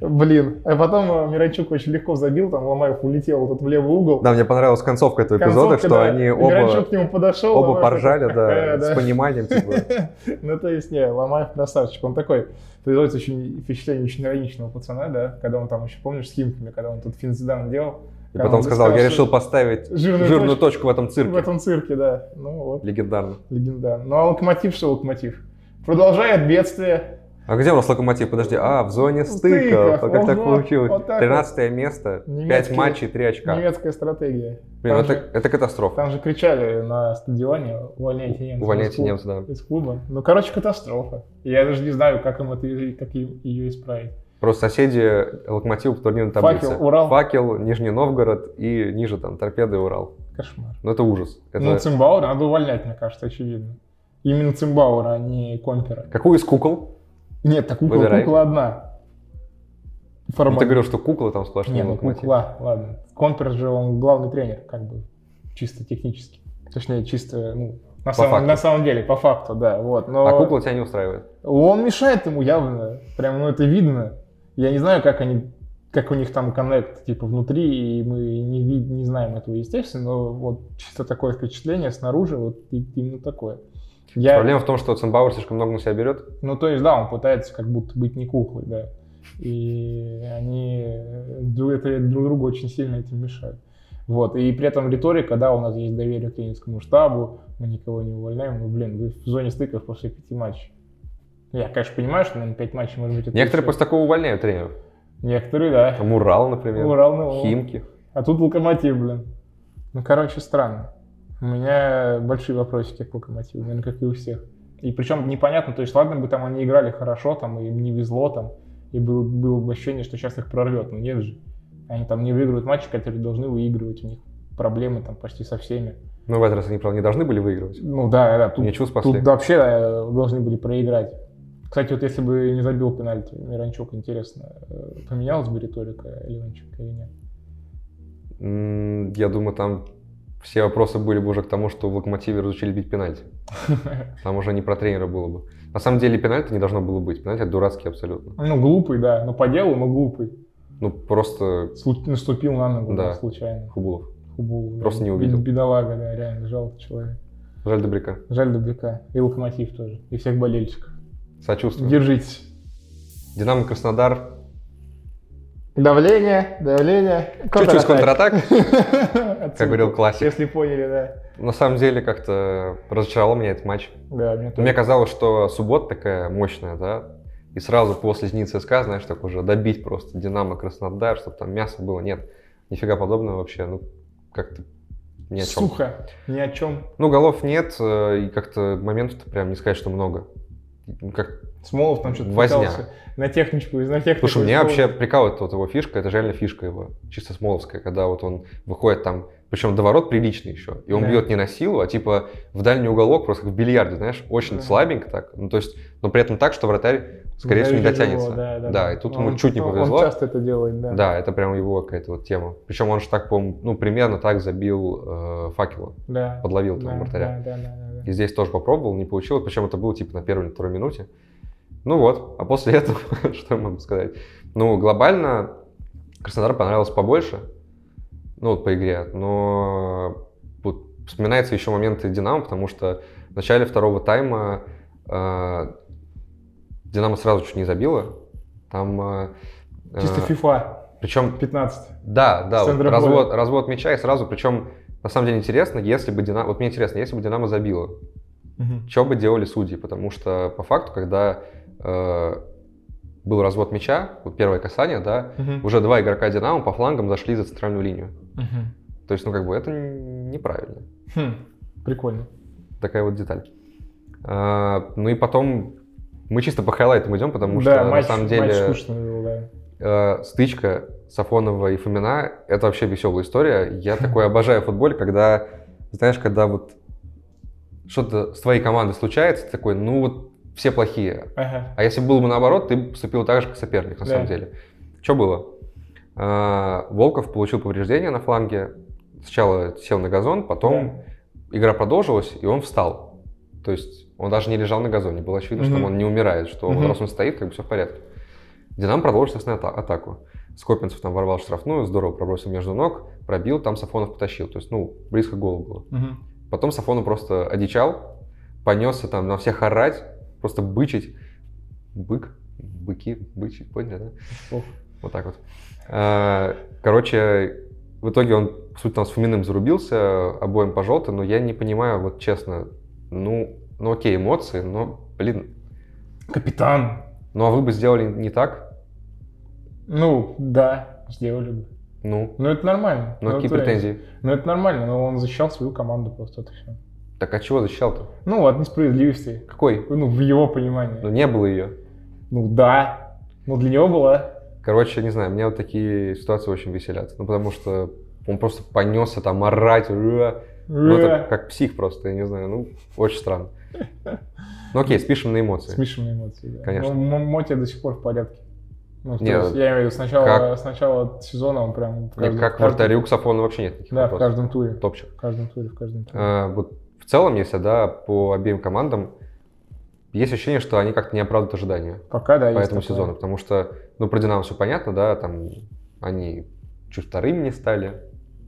[SPEAKER 1] Блин. А потом э, Миранчук очень легко забил, там Ломаев улетел вот тут в левый угол.
[SPEAKER 2] Да, мне понравилась концовка этого
[SPEAKER 1] Концовка,
[SPEAKER 2] эпизода, что
[SPEAKER 1] да,
[SPEAKER 2] они
[SPEAKER 1] Миранчук
[SPEAKER 2] оба,
[SPEAKER 1] к нему подошел.
[SPEAKER 2] оба
[SPEAKER 1] Ломаев
[SPEAKER 2] поржали,
[SPEAKER 1] такой, [LAUGHS]
[SPEAKER 2] да,
[SPEAKER 1] «Ха-ха,
[SPEAKER 2] с пониманием, типа.
[SPEAKER 1] [LAUGHS] ну, то есть, не, Ломаев красавчик. Он такой, производит очень впечатление очень ироничного пацана, да, когда он там еще, помнишь, с Химками, когда он тут Финзидан делал.
[SPEAKER 2] И
[SPEAKER 1] Когда
[SPEAKER 2] потом
[SPEAKER 1] он
[SPEAKER 2] сказал, я
[SPEAKER 1] что
[SPEAKER 2] решил поставить
[SPEAKER 1] э, жирную,
[SPEAKER 2] жирную
[SPEAKER 1] точку
[SPEAKER 2] точку в этом
[SPEAKER 1] в
[SPEAKER 2] цирке.
[SPEAKER 1] этом цирке, да. Ну, вот,
[SPEAKER 2] Легендарно.
[SPEAKER 1] легенда. Ну, а локомотив, что локомотив? Продолжает бедствие.
[SPEAKER 2] А где у нас локомотив? Подожди, а, в зоне стыка.
[SPEAKER 1] Стыков,
[SPEAKER 2] Как так
[SPEAKER 1] ого,
[SPEAKER 2] получилось?
[SPEAKER 1] вот так
[SPEAKER 2] 13 место, 5
[SPEAKER 1] Немецкий-
[SPEAKER 2] матчей, 3 очка.
[SPEAKER 1] Немецкая стратегия.
[SPEAKER 2] Блин, ну
[SPEAKER 1] там
[SPEAKER 2] это,
[SPEAKER 1] же-
[SPEAKER 2] это катастрофа.
[SPEAKER 1] Там же кричали на стадионе, увольняйте немцев. из
[SPEAKER 2] Увольняйте
[SPEAKER 1] клуба».
[SPEAKER 2] немцев, да.
[SPEAKER 1] Из клуба. Ну, короче, катастрофа. Я даже не знаю, как им это, как им ее исправить.
[SPEAKER 2] Просто соседи локомотив в турнирной таблице.
[SPEAKER 1] Факел, Урал.
[SPEAKER 2] Факел, Нижний Новгород и ниже там торпеды Урал.
[SPEAKER 1] Кошмар.
[SPEAKER 2] Ну это ужас. Это-
[SPEAKER 1] Ну, Цимбаура надо увольнять, мне кажется, очевидно. Именно Цимбаура, а не Компера.
[SPEAKER 2] Какую из кукол? Ну,
[SPEAKER 1] Нет, так кукла,
[SPEAKER 2] Выбирай.
[SPEAKER 1] кукла одна.
[SPEAKER 2] Ну, ты
[SPEAKER 1] Формально.
[SPEAKER 2] говорил, что куклы там сплошные
[SPEAKER 1] Не, ну
[SPEAKER 2] локомотив.
[SPEAKER 1] кукла, ладно. Компер же он главный тренер, как бы, чисто технически. Точнее, чисто, ну, на, самом,
[SPEAKER 2] факту.
[SPEAKER 1] на самом деле, по факту, да. Вот. Но
[SPEAKER 2] А кукла тебя не устраивает.
[SPEAKER 1] он мешает ему явно. Прям, ну, это видно. Я не знаю, как они как у них там коннект, типа, внутри, и мы не, ви- не знаем этого, естественно, но вот чисто такое впечатление снаружи, вот и- именно такое. Я,
[SPEAKER 2] Проблема в том, что Цимбауэр слишком много на себя берет.
[SPEAKER 1] ну, то есть, да, он пытается как будто быть не куклой, да. И они друг, это друг другу очень сильно этим мешают. Вот. И при этом риторика, да, у нас есть доверие к тренерскому штабу, мы никого не увольняем. Ну, блин, вы в зоне стыков после пяти матчей. Я, конечно, понимаю, что, наверное, пять матчей, может быть, это
[SPEAKER 2] Некоторые
[SPEAKER 1] еще-
[SPEAKER 2] после такого увольняют тренеров.
[SPEAKER 1] Некоторые, да.
[SPEAKER 2] Там Урал, например.
[SPEAKER 1] Урал, ну,
[SPEAKER 2] Химки.
[SPEAKER 1] А тут локомотив, блин. Ну, короче, странно. У меня большие вопросики к локомотиву, наверное, как и у всех. И причем непонятно, то есть, ладно бы там они играли хорошо, там им не везло, там, и было, было бы ощущение, что сейчас их прорвет, но нет же. Они там не выигрывают матчи, которые должны выигрывать, у них проблемы там почти со всеми.
[SPEAKER 2] Ну, в этот раз они, правда, не должны были выигрывать.
[SPEAKER 1] Ну да, да, тут,
[SPEAKER 2] Ничего спасли.
[SPEAKER 1] тут вообще э, должны были проиграть. Кстати, вот если бы не забил пенальти Миранчук, интересно, э, поменялась бы риторика Ливанчука или нет? [LAUGHS]
[SPEAKER 2] М, Я думаю, там все вопросы были бы уже к тому, что в «Локомотиве» разучили бить пенальти. Там уже не про тренера было бы. На самом деле пенальти не должно было быть. Пенальти это дурацкий абсолютно.
[SPEAKER 1] Ну, глупый, да, но по делу, но глупый.
[SPEAKER 2] Ну, просто
[SPEAKER 1] Слу- наступил на ногу
[SPEAKER 2] Да.
[SPEAKER 1] да, случайно.
[SPEAKER 2] Хубулов.
[SPEAKER 1] Хубу, да.
[SPEAKER 2] Просто не
[SPEAKER 1] Бед-
[SPEAKER 2] увидел.
[SPEAKER 1] Бедолага, да, реально, жалко человек.
[SPEAKER 2] Жаль Добряка.
[SPEAKER 1] Жаль Дубляка. И Локомотив тоже. И всех болельщиков.
[SPEAKER 2] Сочувствую.
[SPEAKER 1] Держитесь.
[SPEAKER 2] Динамо Краснодар.
[SPEAKER 1] Давление, давление.
[SPEAKER 2] Чуть-чуть
[SPEAKER 1] Контратака.
[SPEAKER 2] контратак,
[SPEAKER 1] Отсылка.
[SPEAKER 2] как говорил классик.
[SPEAKER 1] Если поняли, да.
[SPEAKER 2] На самом деле как-то разочаровал меня этот матч.
[SPEAKER 1] Да, мне
[SPEAKER 2] Мне
[SPEAKER 1] тоже.
[SPEAKER 2] казалось, что суббота такая мощная, да, и сразу после Зенит ЦСКА, знаешь, так уже добить просто Динамо Краснодар, чтобы там мясо было. Нет, нифига подобного вообще, ну, как-то ни о чем.
[SPEAKER 1] Сухо. Ни о чем.
[SPEAKER 2] Ну, голов нет, э, и как-то моментов-то прям не сказать, что много. Ну, Как
[SPEAKER 1] Смолов там что-то
[SPEAKER 2] Возня.
[SPEAKER 1] пытался на техничку из на технику.
[SPEAKER 2] Потому что меня
[SPEAKER 1] из
[SPEAKER 2] вообще
[SPEAKER 1] Смолова.
[SPEAKER 2] прикалывает вот его фишка, это же реально фишка его, чисто смоловская, когда вот он выходит там, причем доворот приличный еще, и он
[SPEAKER 1] Да.
[SPEAKER 2] бьет не на силу, а типа в дальний уголок, просто как в бильярде, знаешь, очень
[SPEAKER 1] Да.
[SPEAKER 2] слабенько так, ну то есть, но при этом так, что вратарь, скорее всего, не
[SPEAKER 1] Давид Ежегова,
[SPEAKER 2] дотянется.
[SPEAKER 1] Да, да,
[SPEAKER 2] Да, и тут ему
[SPEAKER 1] Он-
[SPEAKER 2] чуть не
[SPEAKER 1] он-
[SPEAKER 2] повезло.
[SPEAKER 1] Он часто это делает, да.
[SPEAKER 2] да. это прям его какая-то вот тема. Причем он же так, по-моему, ну примерно так забил э, факела,
[SPEAKER 1] Да.
[SPEAKER 2] подловил там
[SPEAKER 1] да,
[SPEAKER 2] вратаря.
[SPEAKER 1] Да, да, да, да, да.
[SPEAKER 2] И здесь тоже попробовал, не получилось, причем это было типа на первой или второй минуте. Ну вот, а после этого, [LAUGHS] что я могу сказать? Ну, глобально Краснодар понравился побольше, ну вот по игре, но вот вспоминаются еще моменты Динамо, потому что в начале второго тайма э, Динамо сразу чуть не забило. Там... э, э,
[SPEAKER 1] Чисто FIFA
[SPEAKER 2] Причем
[SPEAKER 1] 15.
[SPEAKER 2] да, да,
[SPEAKER 1] С
[SPEAKER 2] вот
[SPEAKER 1] центра
[SPEAKER 2] развод,
[SPEAKER 1] поля.
[SPEAKER 2] развод мяча и сразу, причем, на самом деле интересно, если бы Динамо, вот мне интересно, если бы Динамо забило,
[SPEAKER 1] Мгм.
[SPEAKER 2] что бы делали судьи, потому что по факту, когда э, был развод мяча, вот первое касание, да,
[SPEAKER 1] Мгм.
[SPEAKER 2] уже два игрока Динамо по флангам зашли за центральную линию.
[SPEAKER 1] Мгм.
[SPEAKER 2] То есть, ну как бы это н- неправильно.
[SPEAKER 1] Хм. Прикольно.
[SPEAKER 2] Такая вот деталь. А, ну и потом мы чисто по хайлайтам идем, потому
[SPEAKER 1] да,
[SPEAKER 2] что
[SPEAKER 1] матч,
[SPEAKER 2] на самом деле
[SPEAKER 1] матч скучный был, да.
[SPEAKER 2] э, стычка Сафонова и Фомина – это вообще веселая история. Я такое обожаю в футболе, когда, знаешь, когда вот что-то с твоей командой случается, ты такой, ну вот все плохие.
[SPEAKER 1] Ага.
[SPEAKER 2] А если было бы наоборот, ты бы поступил так же, как соперник, на
[SPEAKER 1] Да.
[SPEAKER 2] самом деле. Что было? А, Волков получил повреждение на фланге. Сначала сел на газон, потом игра продолжилась, и он встал. То есть он даже не лежал на газоне. Было очевидно,
[SPEAKER 1] Мгм.
[SPEAKER 2] что он не умирает, что
[SPEAKER 1] Мгм.
[SPEAKER 2] раз он стоит, как бы все в порядке. Динамо продолжил, естественно, ата- атаку. Скопинцев там ворвал в штрафную, здорово пробросил между ног, пробил, там Сафонов потащил. То есть, ну, близко к голу было.
[SPEAKER 1] Да. Мгм.
[SPEAKER 2] Потом Сафонов просто одичал, понесся там на всех орать, просто бычить. Бык? Быки? Бычить, поняли, да?
[SPEAKER 1] Ох.
[SPEAKER 2] Вот так вот. А, Короче, в итоге он, по сути, там с Фоминым зарубился, обоим по желтой, но я не понимаю, вот честно, ну, ну окей, эмоции, но, блин,
[SPEAKER 1] Капитан.
[SPEAKER 2] ну а вы бы сделали не так?
[SPEAKER 1] Ну, да, сделали бы.
[SPEAKER 2] Ну,
[SPEAKER 1] Ну, это нормально.
[SPEAKER 2] ну какие
[SPEAKER 1] это-
[SPEAKER 2] претензии?
[SPEAKER 1] Ну, это нормально, но он защищал свою команду просто, вот и все.
[SPEAKER 2] Так а чего защищал-то?
[SPEAKER 1] Ну, от несправедливости.
[SPEAKER 2] Какой?
[SPEAKER 1] Ну, в его
[SPEAKER 2] Ну
[SPEAKER 1] понимании.
[SPEAKER 2] не было ее.
[SPEAKER 1] Ну, да. Ну, для него была.
[SPEAKER 2] Короче, не знаю, меня вот такие ситуации очень веселят. Ну потому что он просто понесся там орать, «Ура!» Ну,
[SPEAKER 1] Э.
[SPEAKER 2] это как псих просто, я не знаю, ну очень странно. Ну окей, спишем на эмоции.
[SPEAKER 1] Смешанные эмоции, да.
[SPEAKER 2] Конечно.
[SPEAKER 1] Ну, М- Мотя до сих пор в порядке. Ну, то
[SPEAKER 2] Не,
[SPEAKER 1] есть, я имею в виду, сначала,
[SPEAKER 2] как-
[SPEAKER 1] с начала сезона он прям... в
[SPEAKER 2] Мне
[SPEAKER 1] каждом- в
[SPEAKER 2] как
[SPEAKER 1] каждом-
[SPEAKER 2] вратарю к Сафону вообще нет никаких
[SPEAKER 1] Да, в
[SPEAKER 2] вопросов.
[SPEAKER 1] каждом туре.
[SPEAKER 2] Топчик.
[SPEAKER 1] В каждом туре, в каждом туре.
[SPEAKER 2] Э, вот в целом, если да, по обеим командам есть ощущение, что они как-то не оправдывают ожидания
[SPEAKER 1] Пока, да,
[SPEAKER 2] по
[SPEAKER 1] есть
[SPEAKER 2] этому
[SPEAKER 1] такое.
[SPEAKER 2] сезону, потому что, ну, про Динамо все понятно, да, там они чуть вторыми не стали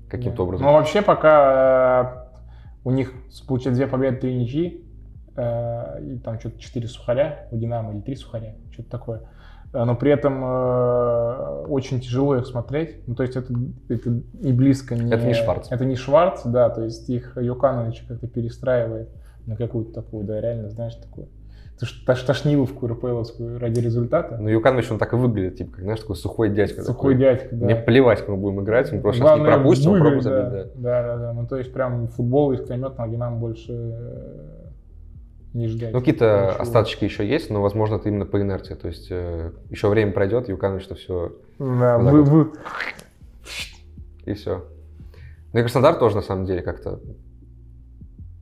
[SPEAKER 2] каким-то
[SPEAKER 1] Да.
[SPEAKER 2] образом.
[SPEAKER 1] Ну, вообще, пока э, у них получат две победы, три ничьи, э, и там что-то четыре сухаря у Динамо или три сухаря, что-то такое. Э, Но при этом э, очень тяжело их смотреть. Ну, то есть это, это и близко не...
[SPEAKER 2] Это не Шварц.
[SPEAKER 1] Это не Шварц, да, то есть их Юканович как-то перестраивает на какую-то такую, да, реально, знаешь, такую тош- тош- тошниловку РПЛовскую ради результата.
[SPEAKER 2] Ну, Юканович, он так и выглядит, типа, как, знаешь, такой сухой дядька.
[SPEAKER 1] Сухой
[SPEAKER 2] такой.
[SPEAKER 1] дядька, да.
[SPEAKER 2] Мне плевать, как мы будем играть, мы просто сейчас не
[SPEAKER 1] Главное
[SPEAKER 2] пропустим, а
[SPEAKER 1] выиграть,
[SPEAKER 2] попробуем забить, да.
[SPEAKER 1] Да, да, да. Ну, то есть прям футбол и искрометного на Динамо больше э, не ждать.
[SPEAKER 2] Ну, какие-то
[SPEAKER 1] Ничего.
[SPEAKER 2] остаточки еще есть, но, возможно, это именно по инерции, то есть э, еще время пройдет, Юканович-то все
[SPEAKER 1] Да,
[SPEAKER 2] Вот так
[SPEAKER 1] вы-
[SPEAKER 2] вот.
[SPEAKER 1] вы-
[SPEAKER 2] И все. Ну и Краснодар тоже, на самом деле, как-то...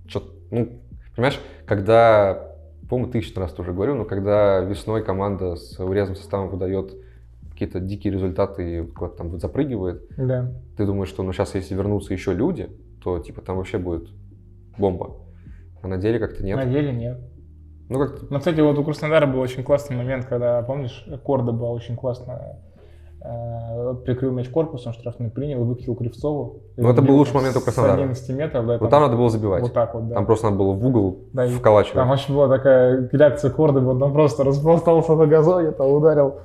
[SPEAKER 2] чё- ну, понимаешь, когда... По-моему, тысячу раз уже говорю, но когда весной команда с урезанным составом выдает какие-то дикие результаты и куда-то там вот запрыгивает,
[SPEAKER 1] Да.
[SPEAKER 2] ты думаешь, что ну сейчас, если вернутся еще люди, то типа там вообще будет бомба. А на деле как-то нет.
[SPEAKER 1] На деле нет.
[SPEAKER 2] Ну как-то...
[SPEAKER 1] Ну, кстати, вот у Краснодара был очень классный момент, когда, помнишь, Кордоба очень классно э, прикрыл мяч корпусом, штрафный принял, выкатил Кривцову. И
[SPEAKER 2] Ну, это
[SPEAKER 1] он
[SPEAKER 2] был
[SPEAKER 1] бил
[SPEAKER 2] лучший
[SPEAKER 1] там
[SPEAKER 2] момент у
[SPEAKER 1] с
[SPEAKER 2] Краснодара.
[SPEAKER 1] 11 метров, да,
[SPEAKER 2] Вот там надо было забивать.
[SPEAKER 1] вот так вот, да.
[SPEAKER 2] Там просто надо было в угол
[SPEAKER 1] Да, и-
[SPEAKER 2] вколачивать.
[SPEAKER 1] Там вообще была такая реакция Кордоба, он там просто распластался на газоне, там ударил.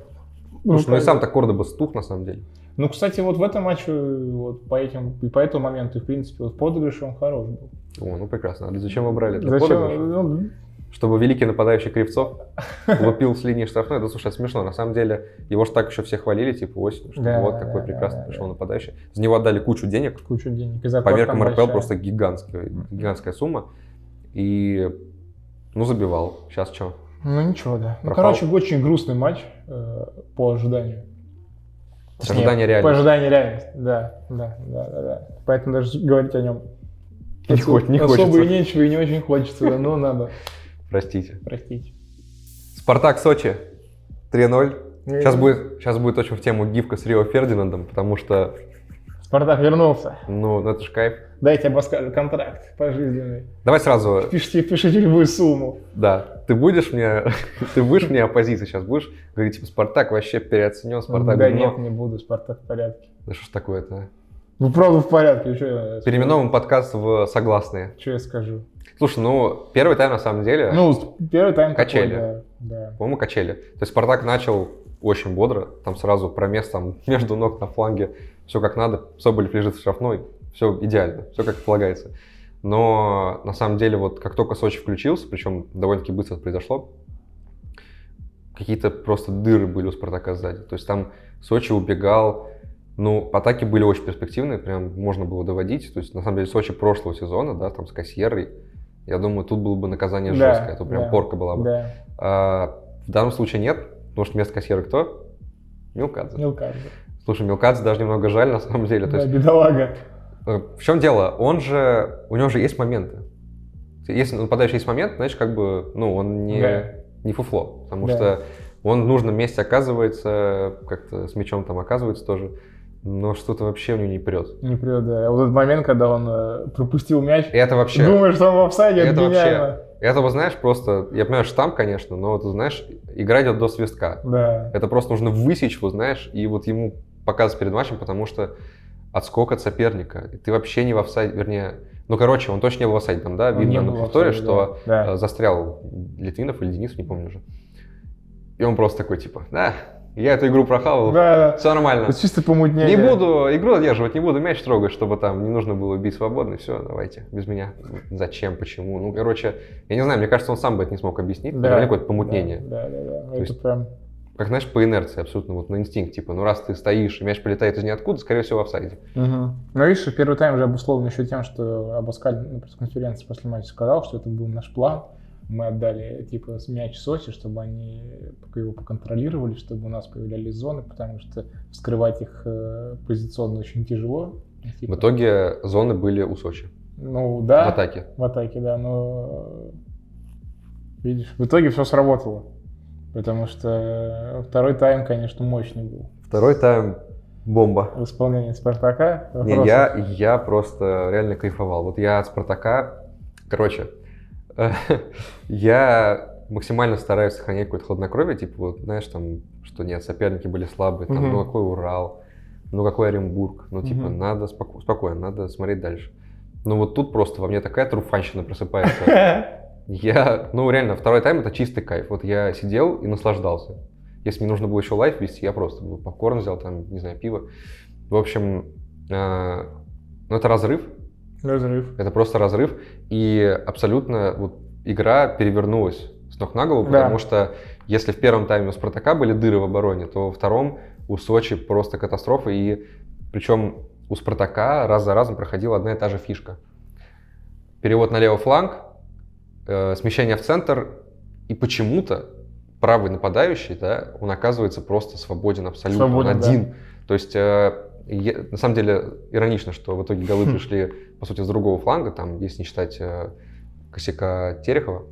[SPEAKER 2] Потому что, ну
[SPEAKER 1] руками.
[SPEAKER 2] и сам-то Кордоба стух, на самом деле.
[SPEAKER 1] Ну, кстати, вот в этом матче, вот по этим и по этому моменту, и, в принципе, вот подыгрыш он хорош был.
[SPEAKER 2] О, ну прекрасно. А зачем вы брали? это? Кордоба же.
[SPEAKER 1] Зачем? Ну,
[SPEAKER 2] чтобы великий нападающий Кривцов лупил с линии штрафной. Да, слушай, это смешно. На самом деле, его же так еще все хвалили, типа, осенью, что
[SPEAKER 1] Да,
[SPEAKER 2] вот
[SPEAKER 1] да,
[SPEAKER 2] какой
[SPEAKER 1] да,
[SPEAKER 2] прекрасный
[SPEAKER 1] да,
[SPEAKER 2] пришел нападающий. За него отдали кучу денег.
[SPEAKER 1] кучу денег. И
[SPEAKER 2] По
[SPEAKER 1] зарплата
[SPEAKER 2] меркам
[SPEAKER 1] там
[SPEAKER 2] РПЛ
[SPEAKER 1] большая.
[SPEAKER 2] просто гигантская, гигантская сумма. И, ну, забивал. Сейчас что?
[SPEAKER 1] Ну ничего, да. Ну,
[SPEAKER 2] Пропал.
[SPEAKER 1] короче, очень грустный матч э, по ожиданию. Точнее,
[SPEAKER 2] Ожидание
[SPEAKER 1] По
[SPEAKER 2] реальности.
[SPEAKER 1] ожиданию реальности, да, да, да, да, да. Поэтому даже говорить о нем
[SPEAKER 2] Не хоть- не
[SPEAKER 1] особо
[SPEAKER 2] хочется.
[SPEAKER 1] и нечего, и не очень хочется, да, но надо,
[SPEAKER 2] Простите.
[SPEAKER 1] простите.
[SPEAKER 2] Спартак Сочи 3-0.
[SPEAKER 1] Ну,
[SPEAKER 2] Сейчас будет, сейчас будет очень в тему гифка с Рио Фердинандом, потому что,
[SPEAKER 1] Спартак вернулся.
[SPEAKER 2] ну, ну, это же кайф.
[SPEAKER 1] Дайте обоскажу контракт пожизненный.
[SPEAKER 2] Давай сразу,
[SPEAKER 1] Пишите, пишите любую сумму.
[SPEAKER 2] да, ты будешь мне, [LAUGHS] ты будешь мне оппозицией сейчас, будешь говорить, типа, Спартак вообще переоценен, Спартак
[SPEAKER 1] да
[SPEAKER 2] говно».
[SPEAKER 1] нет, не буду, Спартак в порядке.
[SPEAKER 2] Да что ж такое-то?
[SPEAKER 1] Ну правда в порядке, что
[SPEAKER 2] Переименован подкаст в «Согласные».
[SPEAKER 1] Что я скажу?
[SPEAKER 2] Слушай, ну, первый тайм на самом деле,
[SPEAKER 1] Ну, с- первый тайм такой,
[SPEAKER 2] Качели.
[SPEAKER 1] да, да.
[SPEAKER 2] по-моему, качели. То есть Спартак начал очень бодро, там сразу промес там [LAUGHS] между ног на фланге, все как надо, Соболев лежит в штрафной, все идеально, все как полагается. Но на самом деле вот как только Сочи включился, причем довольно-таки быстро это произошло, какие-то просто дыры были у Спартака сзади. То есть там Сочи убегал, ну, атаки были очень перспективные, прям можно было доводить. То есть, на самом деле, Сочи прошлого сезона, да, там с Кассиерой, я думаю, тут было бы наказание
[SPEAKER 1] Да,
[SPEAKER 2] жесткое, а то прям
[SPEAKER 1] да,
[SPEAKER 2] порка была бы.
[SPEAKER 1] Да,
[SPEAKER 2] А, в данном случае нет, потому что вместо кассира кто? Милкадзе.
[SPEAKER 1] Милкадзе.
[SPEAKER 2] Слушай, Милкадзе даже немного жаль на самом деле. То
[SPEAKER 1] Да,
[SPEAKER 2] есть,
[SPEAKER 1] бедолага.
[SPEAKER 2] э, в чем дело? Он же, у него же есть моменты. Если у нападающего есть момент, значит, как бы, ну, он не,
[SPEAKER 1] Да.
[SPEAKER 2] не фуфло, потому
[SPEAKER 1] Да.
[SPEAKER 2] что он в нужном месте оказывается, как-то с мячом там оказывается тоже, но что-то вообще у него не прет.
[SPEAKER 1] Не придет, да. Вот этот момент, когда он э, пропустил мяч,
[SPEAKER 2] И это вообще...
[SPEAKER 1] думаешь, что он в офсайде,
[SPEAKER 2] Это
[SPEAKER 1] это
[SPEAKER 2] вообще-
[SPEAKER 1] гениально.
[SPEAKER 2] Это вот знаешь просто, я понимаю, штамп, конечно, но ты знаешь, игра идет до свистка.
[SPEAKER 1] Да.
[SPEAKER 2] Это просто нужно высечь, вот знаешь, и вот ему показывать перед матчем, потому что отскок от соперника. И ты вообще не в офсайде, вернее... Ну, короче, он точно не был в офсайде там, да?
[SPEAKER 1] Он
[SPEAKER 2] Видно
[SPEAKER 1] не
[SPEAKER 2] на
[SPEAKER 1] был в
[SPEAKER 2] повторе,
[SPEAKER 1] офсайде,
[SPEAKER 2] что
[SPEAKER 1] да. Да.
[SPEAKER 2] э, застрял Литвинов или Денисов, не помню уже. И он просто такой, типа, да, я эту игру прохавал,
[SPEAKER 1] Да, да.
[SPEAKER 2] все нормально.
[SPEAKER 1] Это чисто помутнение.
[SPEAKER 2] Не буду игру одерживать, не буду мяч трогать, чтобы там не нужно было бить свободный. Все, давайте, без меня. Зачем, почему? Ну, короче, я не знаю, мне кажется, он сам бы это не смог объяснить.
[SPEAKER 1] Да.
[SPEAKER 2] Наверняка какое-то помутнение.
[SPEAKER 1] Да, да, да. да. Это
[SPEAKER 2] есть-
[SPEAKER 1] прям...
[SPEAKER 2] Как, знаешь, по инерции абсолютно, вот на инстинкт, типа, ну раз ты стоишь, и мяч полетает из ниоткуда, скорее всего, в офсайде.
[SPEAKER 1] Мгм. Ну, видишь, первый тайм же обусловлен еще тем, что Абаскаль на пресс-конференции после матча сказал, что это был наш план. Мы отдали, типа, мяч Сочи, чтобы они его поконтролировали, чтобы у нас появлялись зоны, потому что вскрывать их э, позиционно очень тяжело.
[SPEAKER 2] В
[SPEAKER 1] Типа,
[SPEAKER 2] итоге зоны были у Сочи
[SPEAKER 1] Ну,
[SPEAKER 2] в
[SPEAKER 1] да.
[SPEAKER 2] атаке.
[SPEAKER 1] в атаке, да, но э, видишь, в итоге все сработало. Потому что второй тайм, конечно, мощный был.
[SPEAKER 2] Второй тайм бомба.
[SPEAKER 1] В исполнении Спартака.
[SPEAKER 2] Не, я, я просто реально кайфовал. Вот я от Спартака, короче, [LAUGHS] я максимально стараюсь сохранять какое-то хладнокровие, типа вот, знаешь, там, что нет, соперники были слабые, там,
[SPEAKER 1] Мгм.
[SPEAKER 2] ну какой Урал, ну какой Оренбург, ну типа
[SPEAKER 1] Мгм.
[SPEAKER 2] надо споко- спокойно, надо смотреть дальше. Ну вот тут просто во мне такая труфанщина просыпается.
[SPEAKER 1] вопросов.
[SPEAKER 2] Я, ну реально, второй тайм это чистый кайф. Вот я сидел и наслаждался. Если мне нужно было еще лайф вести, я просто бы попкорн взял, там, не знаю, пиво. В общем, э, ну это разрыв,
[SPEAKER 1] [LAUGHS] Разрыв.
[SPEAKER 2] это просто разрыв. И абсолютно вот игра перевернулась с ног на голову,
[SPEAKER 1] Да.
[SPEAKER 2] потому что если в первом тайме у Спартака были дыры в обороне, то во втором у Сочи просто катастрофа. И причем у Спартака раз за разом проходила одна и та же фишка. Перевод на левый фланг, э, смещение в центр, и почему-то правый нападающий, да, он оказывается просто свободен абсолютно, он
[SPEAKER 1] Свободен, да.
[SPEAKER 2] один. То есть, э, е- на самом деле, иронично, что в итоге
[SPEAKER 1] [LAUGHS]
[SPEAKER 2] голы пришли, по сути, с другого фланга, там, если не считать э, косяка Терехова,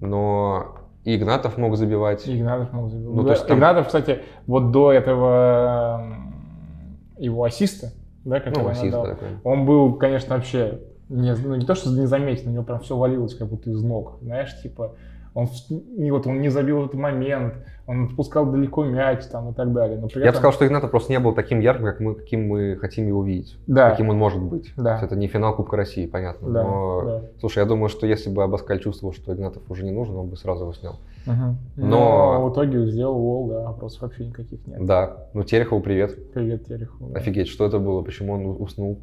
[SPEAKER 2] но и Игнатов мог забивать.
[SPEAKER 1] Игнатов мог забил.
[SPEAKER 2] Ну, то
[SPEAKER 1] Да,
[SPEAKER 2] есть там-
[SPEAKER 1] Игнатов, кстати, вот до этого м, его ассиста, да, который
[SPEAKER 2] Ну,
[SPEAKER 1] он
[SPEAKER 2] ассист,
[SPEAKER 1] отдал,
[SPEAKER 2] да, такой.
[SPEAKER 1] Он был, конечно, вообще не, ну, не то, что не заметен, у него прям все валилось как будто из ног, знаешь, типа он вс- и вот он не забил в этот момент, он отпускал далеко мяч там и так далее. Но при
[SPEAKER 2] Я бы
[SPEAKER 1] этом-
[SPEAKER 2] сказал, что Игнатов просто не был таким ярким, как мы, каким мы хотим его видеть.
[SPEAKER 1] да,
[SPEAKER 2] Каким он может быть.
[SPEAKER 1] Да.
[SPEAKER 2] То есть Это не финал Кубка России, понятно.
[SPEAKER 1] да,
[SPEAKER 2] но,
[SPEAKER 1] да.
[SPEAKER 2] слушай, я думаю, что если бы Абаскаль чувствовал, что Игнатов уже не нужен, он бы сразу его снял.
[SPEAKER 1] Мгм.
[SPEAKER 2] но-
[SPEAKER 1] Но... в итоге сделал гол, да, вопросов вообще никаких нет.
[SPEAKER 2] Да. Ну, Терехову привет.
[SPEAKER 1] Привет, Тереху. да.
[SPEAKER 2] Офигеть, что это было? Почему он уснул?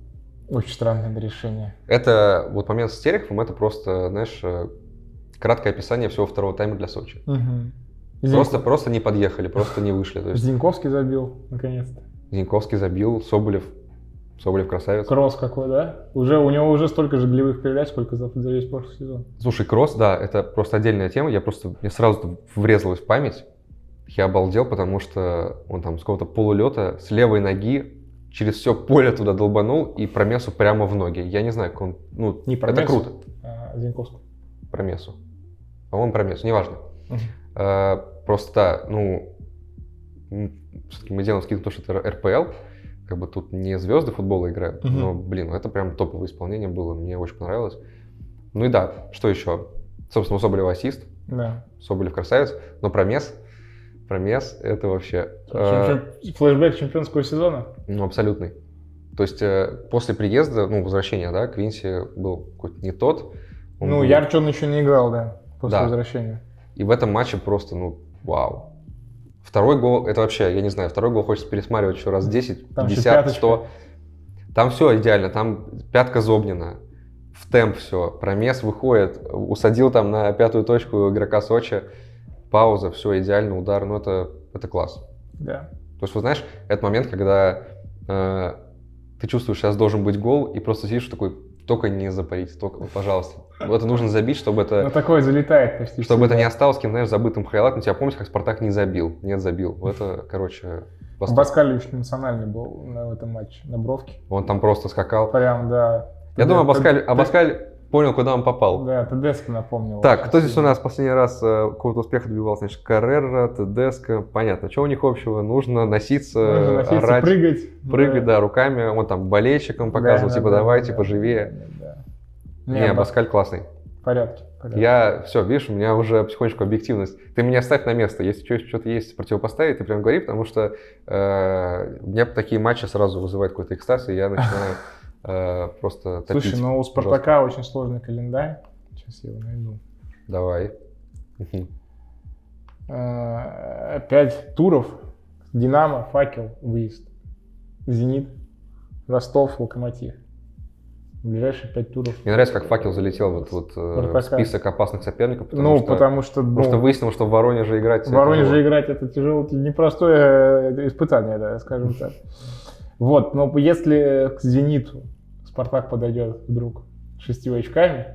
[SPEAKER 1] Очень странное решение.
[SPEAKER 2] Это вот момент с Тереховым, это просто, знаешь, э, краткое описание всего второго тайма для Сочи.
[SPEAKER 1] Мгм.
[SPEAKER 2] Просто, просто не подъехали, просто не вышли. То есть
[SPEAKER 1] Зиньковский забил, наконец-то.
[SPEAKER 2] Зиньковский забил, Соболев Соболев красавец.
[SPEAKER 1] Кросс какой, да? Уже, у него уже столько же голевых передач, сколько за, за весь прошлый сезон.
[SPEAKER 2] Слушай, кросс, да, это просто отдельная тема. Я просто, мне сразу врезалась в память. Я обалдел, потому что он там с какого-то полулета с левой ноги через все поле туда долбанул и промесу прямо в ноги. Я не знаю, как он, ну,
[SPEAKER 1] Не
[SPEAKER 2] это
[SPEAKER 1] Промесу?
[SPEAKER 2] круто.
[SPEAKER 1] А, Зиньковского.
[SPEAKER 2] Промесу. По-моему, промесу, неважно.
[SPEAKER 1] Мгм.
[SPEAKER 2] Э, Просто, да, ну, все-таки мы делаем скидку на то, что это РПЛ. Как бы тут не звезды футбола играют,
[SPEAKER 1] Мгм.
[SPEAKER 2] но, блин, ну, это прям топовое исполнение было, мне очень понравилось. Ну и да, что еще? Собственно, у Соболева ассист,
[SPEAKER 1] Да.
[SPEAKER 2] Соболев красавец, но промес, промес это вообще... э,
[SPEAKER 1] Чем- Флэшбэк чемпионского сезона.
[SPEAKER 2] ну, абсолютный. То есть э, после приезда, ну, возвращения, да, Квинси был какой-то не тот. Он
[SPEAKER 1] Ну,
[SPEAKER 2] был-
[SPEAKER 1] ярче он еще не играл, да, после
[SPEAKER 2] Да.
[SPEAKER 1] возвращения.
[SPEAKER 2] И в этом матче просто, ну, вау. Второй гол, это вообще, я не знаю, второй гол хочется пересматривать еще раз 10,
[SPEAKER 1] Там еще
[SPEAKER 2] 50,
[SPEAKER 1] пяточка.
[SPEAKER 2] 100. Там все идеально, там пятка зобнена, в темп все, промес выходит, усадил там на пятую точку игрока Сочи, пауза, все идеально, удар, ну это, это класс.
[SPEAKER 1] Да.
[SPEAKER 2] То есть, вот знаешь, это момент, когда э, ты чувствуешь, сейчас должен быть гол, и просто сидишь такой, только не запарить, только, вот, пожалуйста. Вот Это нужно забить, чтобы
[SPEAKER 1] Ну,
[SPEAKER 2] это,
[SPEAKER 1] такое залетает почти.
[SPEAKER 2] чтобы это
[SPEAKER 1] всегда.
[SPEAKER 2] не осталось кем, знаешь, забытым хайлайтом. Тебя помнишь, как Спартак не забил? Нет, забил. Вот Это, короче, восторг.
[SPEAKER 1] Абаскаль очень эмоциональный был на в этом матче, на бровке.
[SPEAKER 2] Он там просто скакал.
[SPEAKER 1] Прям, да.
[SPEAKER 2] Я
[SPEAKER 1] Тед-
[SPEAKER 2] думаю, Абаскаль,
[SPEAKER 1] Тед-
[SPEAKER 2] Абаскаль понял, куда он попал.
[SPEAKER 1] Да, Тедеско напомнил.
[SPEAKER 2] Так,
[SPEAKER 1] очень
[SPEAKER 2] кто здесь у
[SPEAKER 1] сильно.
[SPEAKER 2] нас последний раз э, какого-то успеха добивался? Значит, Каррера, Тедеско, понятно. Что у них общего? Нужно носиться, э,
[SPEAKER 1] Нужно носиться,
[SPEAKER 2] орать,
[SPEAKER 1] прыгать.
[SPEAKER 2] прыгать, да. руками. Он там болельщикам показывал,
[SPEAKER 1] Да,
[SPEAKER 2] типа,
[SPEAKER 1] да,
[SPEAKER 2] давай,
[SPEAKER 1] да,
[SPEAKER 2] типа,
[SPEAKER 1] да,
[SPEAKER 2] живее.
[SPEAKER 1] да, да.
[SPEAKER 2] Не, Абаскаль классный.
[SPEAKER 1] В порядке. в порядке.
[SPEAKER 2] Я, все, видишь, у меня уже потихонечку объективность. Ты меня ставь на место. Если что-то есть противопоставить, ты прям говори, потому что э, у меня такие матчи сразу вызывают какой-то экстаз, и
[SPEAKER 1] [LAUGHS]
[SPEAKER 2] я начинаю э, просто топить.
[SPEAKER 1] Слушай, ну у Спартака очень сложный календарь. Сейчас я его найду.
[SPEAKER 2] Давай. Мгм.
[SPEAKER 1] Э, Пять туров. Динамо, Факел, выезд. Зенит, Ростов, Локомотив. Ближайшие пять туров.
[SPEAKER 2] Мне нравится, как факел залетел вот, вот, э, в
[SPEAKER 1] Спартака.
[SPEAKER 2] список опасных соперников, потому
[SPEAKER 1] ну,
[SPEAKER 2] что,
[SPEAKER 1] потому что, ну,
[SPEAKER 2] потому что выяснилось, что в Воронеже играть...
[SPEAKER 1] в Воронеже играть это тяжело, непростое э, испытание, да, скажем так. Вот, но если к «Зениту» Спартак подойдет вдруг шестью очками,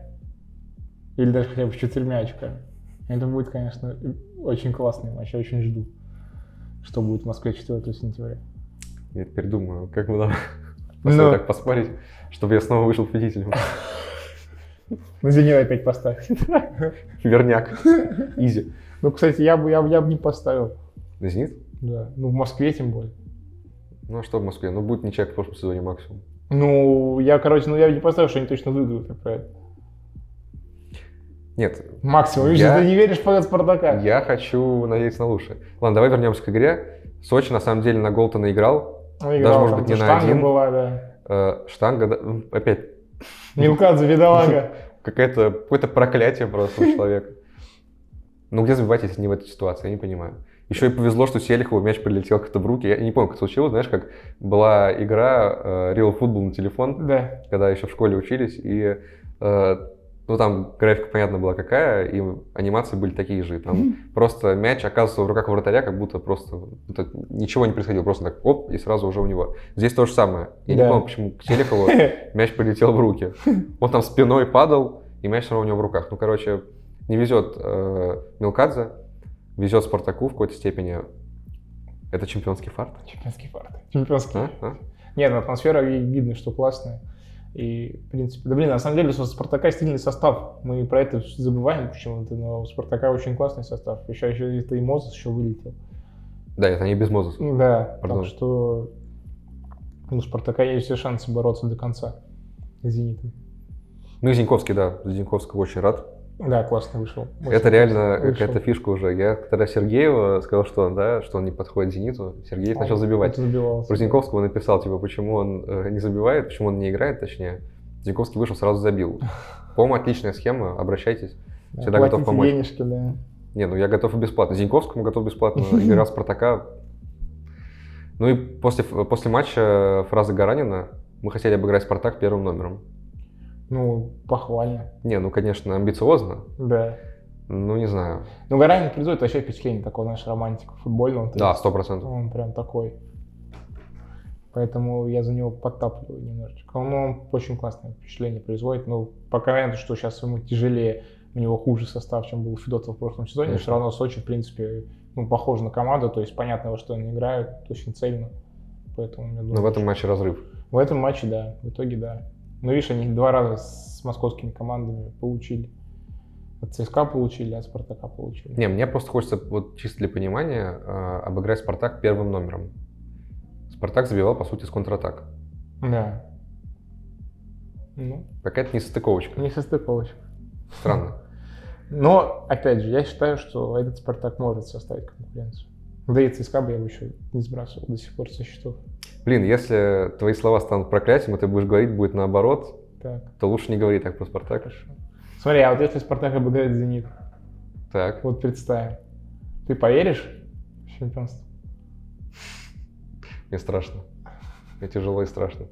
[SPEAKER 1] или даже хотя бы четырьмя очками, это будет, конечно, очень классный матч, я очень жду, что будет в Москве 4 сентября.
[SPEAKER 2] Я теперь думаю,
[SPEAKER 1] [LAUGHS]
[SPEAKER 2] как бы нам
[SPEAKER 1] Ну.
[SPEAKER 2] так поспорить, чтобы я снова
[SPEAKER 1] [LAUGHS]
[SPEAKER 2] вышел победителем.
[SPEAKER 1] Ну, «Зенит» опять поставь. [LAUGHS]
[SPEAKER 2] Верняк. Изи.
[SPEAKER 1] Ну, кстати, я бы, я бы, я бы не поставил.
[SPEAKER 2] На «Зенит»?
[SPEAKER 1] Да, ну, в Москве тем более.
[SPEAKER 2] Ну, а что в Москве? Ну, будет ничья как в прошлом сезоне максимум.
[SPEAKER 1] Ну, я, короче, ну, я бы не поставил, что они точно выиграют. АПЛ.
[SPEAKER 2] Нет,
[SPEAKER 1] Максимум, видишь,
[SPEAKER 2] Я-
[SPEAKER 1] ты не веришь в победу Спартака.
[SPEAKER 2] я хочу надеяться на лучшее. Ладно, давай вернемся к игре. Сочи, на самом деле, на гол-то наиграл.
[SPEAKER 1] Он
[SPEAKER 2] Даже,
[SPEAKER 1] играл,
[SPEAKER 2] может
[SPEAKER 1] там
[SPEAKER 2] быть, не на
[SPEAKER 1] штанга
[SPEAKER 2] один.
[SPEAKER 1] была, да.
[SPEAKER 2] Э, Штанга, да, м, опять,
[SPEAKER 1] Милкадзе, Видалага.
[SPEAKER 2] [LAUGHS] какое-то, какое-то проклятие просто у человека. [LAUGHS] Ну, где забивать, если не в этой ситуации, я не понимаю. Еще и повезло, что Селихову мяч прилетел как-то в руки. Я не помню, как случилось, знаешь, как была игра э, Real Football на телефон,
[SPEAKER 1] Да. [LAUGHS]
[SPEAKER 2] когда еще в школе учились, и э, ну там графика понятно была какая, и анимации были такие же. Там просто мяч оказывался в руках вратаря, как будто просто вот так ничего не происходило, просто так оп, и сразу уже у него. Здесь то же самое. Я не
[SPEAKER 1] Да.
[SPEAKER 2] помню, почему к Селихову мяч прилетел в руки. Он там спиной падал, и мяч все равно у него в руках. Ну, короче, не везет э, Милкадзе, везет Спартаку в какой-то степени. Это чемпионский фарт?
[SPEAKER 1] Чемпионский фарт. Чемпионский.
[SPEAKER 2] А? А?
[SPEAKER 1] Нет, ну, атмосфера ви- видно, что классная. И, в принципе, да блин, на самом деле, у Спартака сильный состав. Мы про это забываем почему-то, но у Спартака очень классный состав. Еще, еще это и Мозес еще вылетел.
[SPEAKER 2] Да, это они без Мозеса.
[SPEAKER 1] Да,
[SPEAKER 2] Пардон.
[SPEAKER 1] так что у Спартака есть все шансы бороться до конца с «Зенитом».
[SPEAKER 2] Ну и Зиньковский, да, за Зиньковского очень рад.
[SPEAKER 1] Да, классно вышел. Очень
[SPEAKER 2] это
[SPEAKER 1] классно
[SPEAKER 2] реально
[SPEAKER 1] вышел.
[SPEAKER 2] какая-то фишка уже. Я когда Сергеева сказал, что он, да, что он не подходит Зениту, Сергеев начал
[SPEAKER 1] Он
[SPEAKER 2] забивать.
[SPEAKER 1] забивался.
[SPEAKER 2] Про Зиньковского написал, типа, почему он э, не забивает, почему он не играет, точнее. Зиньковский вышел, сразу забил. По-моему, отличная схема, обращайтесь.
[SPEAKER 1] Да,
[SPEAKER 2] всегда готов
[SPEAKER 1] платите
[SPEAKER 2] помочь.
[SPEAKER 1] денежки, да.
[SPEAKER 2] Не, ну я готов и бесплатно. Зиньковскому готов бесплатно. Игра Спартака. Ну и после, после матча фраза Гаранина мы хотели обыграть Спартак первым номером.
[SPEAKER 1] Ну, похвально,
[SPEAKER 2] Не, ну, конечно, амбициозно.
[SPEAKER 1] да.
[SPEAKER 2] Ну, не знаю.
[SPEAKER 1] Ну, Гаранин производит вообще впечатление такого, знаешь, романтика футбольного. То
[SPEAKER 2] Да,
[SPEAKER 1] есть
[SPEAKER 2] сто процентов.
[SPEAKER 1] Он прям такой Поэтому я за него подтапливаю немножечко. Он, ну, он очень классное впечатление производит. Ну, Но пока понятно, что сейчас ему тяжелее, у него хуже состав, чем был Федотов в прошлом сезоне.
[SPEAKER 2] Конечно.
[SPEAKER 1] Все равно Сочи, в принципе, ну, похож на команду. То есть понятно, во что они играют, очень цельно. Поэтому, я
[SPEAKER 2] Но
[SPEAKER 1] думаю,
[SPEAKER 2] Ну, в этом матче разрыв.
[SPEAKER 1] в этом матче, да, в итоге, да. Ну, видишь, они два раза с московскими командами получили. От ЦСКА получили, от Спартака получили.
[SPEAKER 2] Не, мне просто хочется, вот чисто для понимания, э, обыграть Спартак первым номером. Спартак забивал, по сути, с контратак.
[SPEAKER 1] Да. Ну,
[SPEAKER 2] Какая-то несостыковочка.
[SPEAKER 1] не состыковочка.
[SPEAKER 2] Странно.
[SPEAKER 1] [LAUGHS] Но, опять же, я считаю, что этот Спартак может составить конкуренцию. Да и ЦСКА бы я бы еще не сбрасывал до сих пор со счетов.
[SPEAKER 2] Блин, если твои слова станут проклятием, и ты будешь говорить, будет наоборот,
[SPEAKER 1] Так,
[SPEAKER 2] то лучше не говори так про Спартак.
[SPEAKER 1] хорошо. Смотри, а вот если Спартак обыграет Зенит,
[SPEAKER 2] Так.
[SPEAKER 1] вот представим, ты поверишь в чемпионство?
[SPEAKER 2] Мне страшно. Мне тяжело и страшно.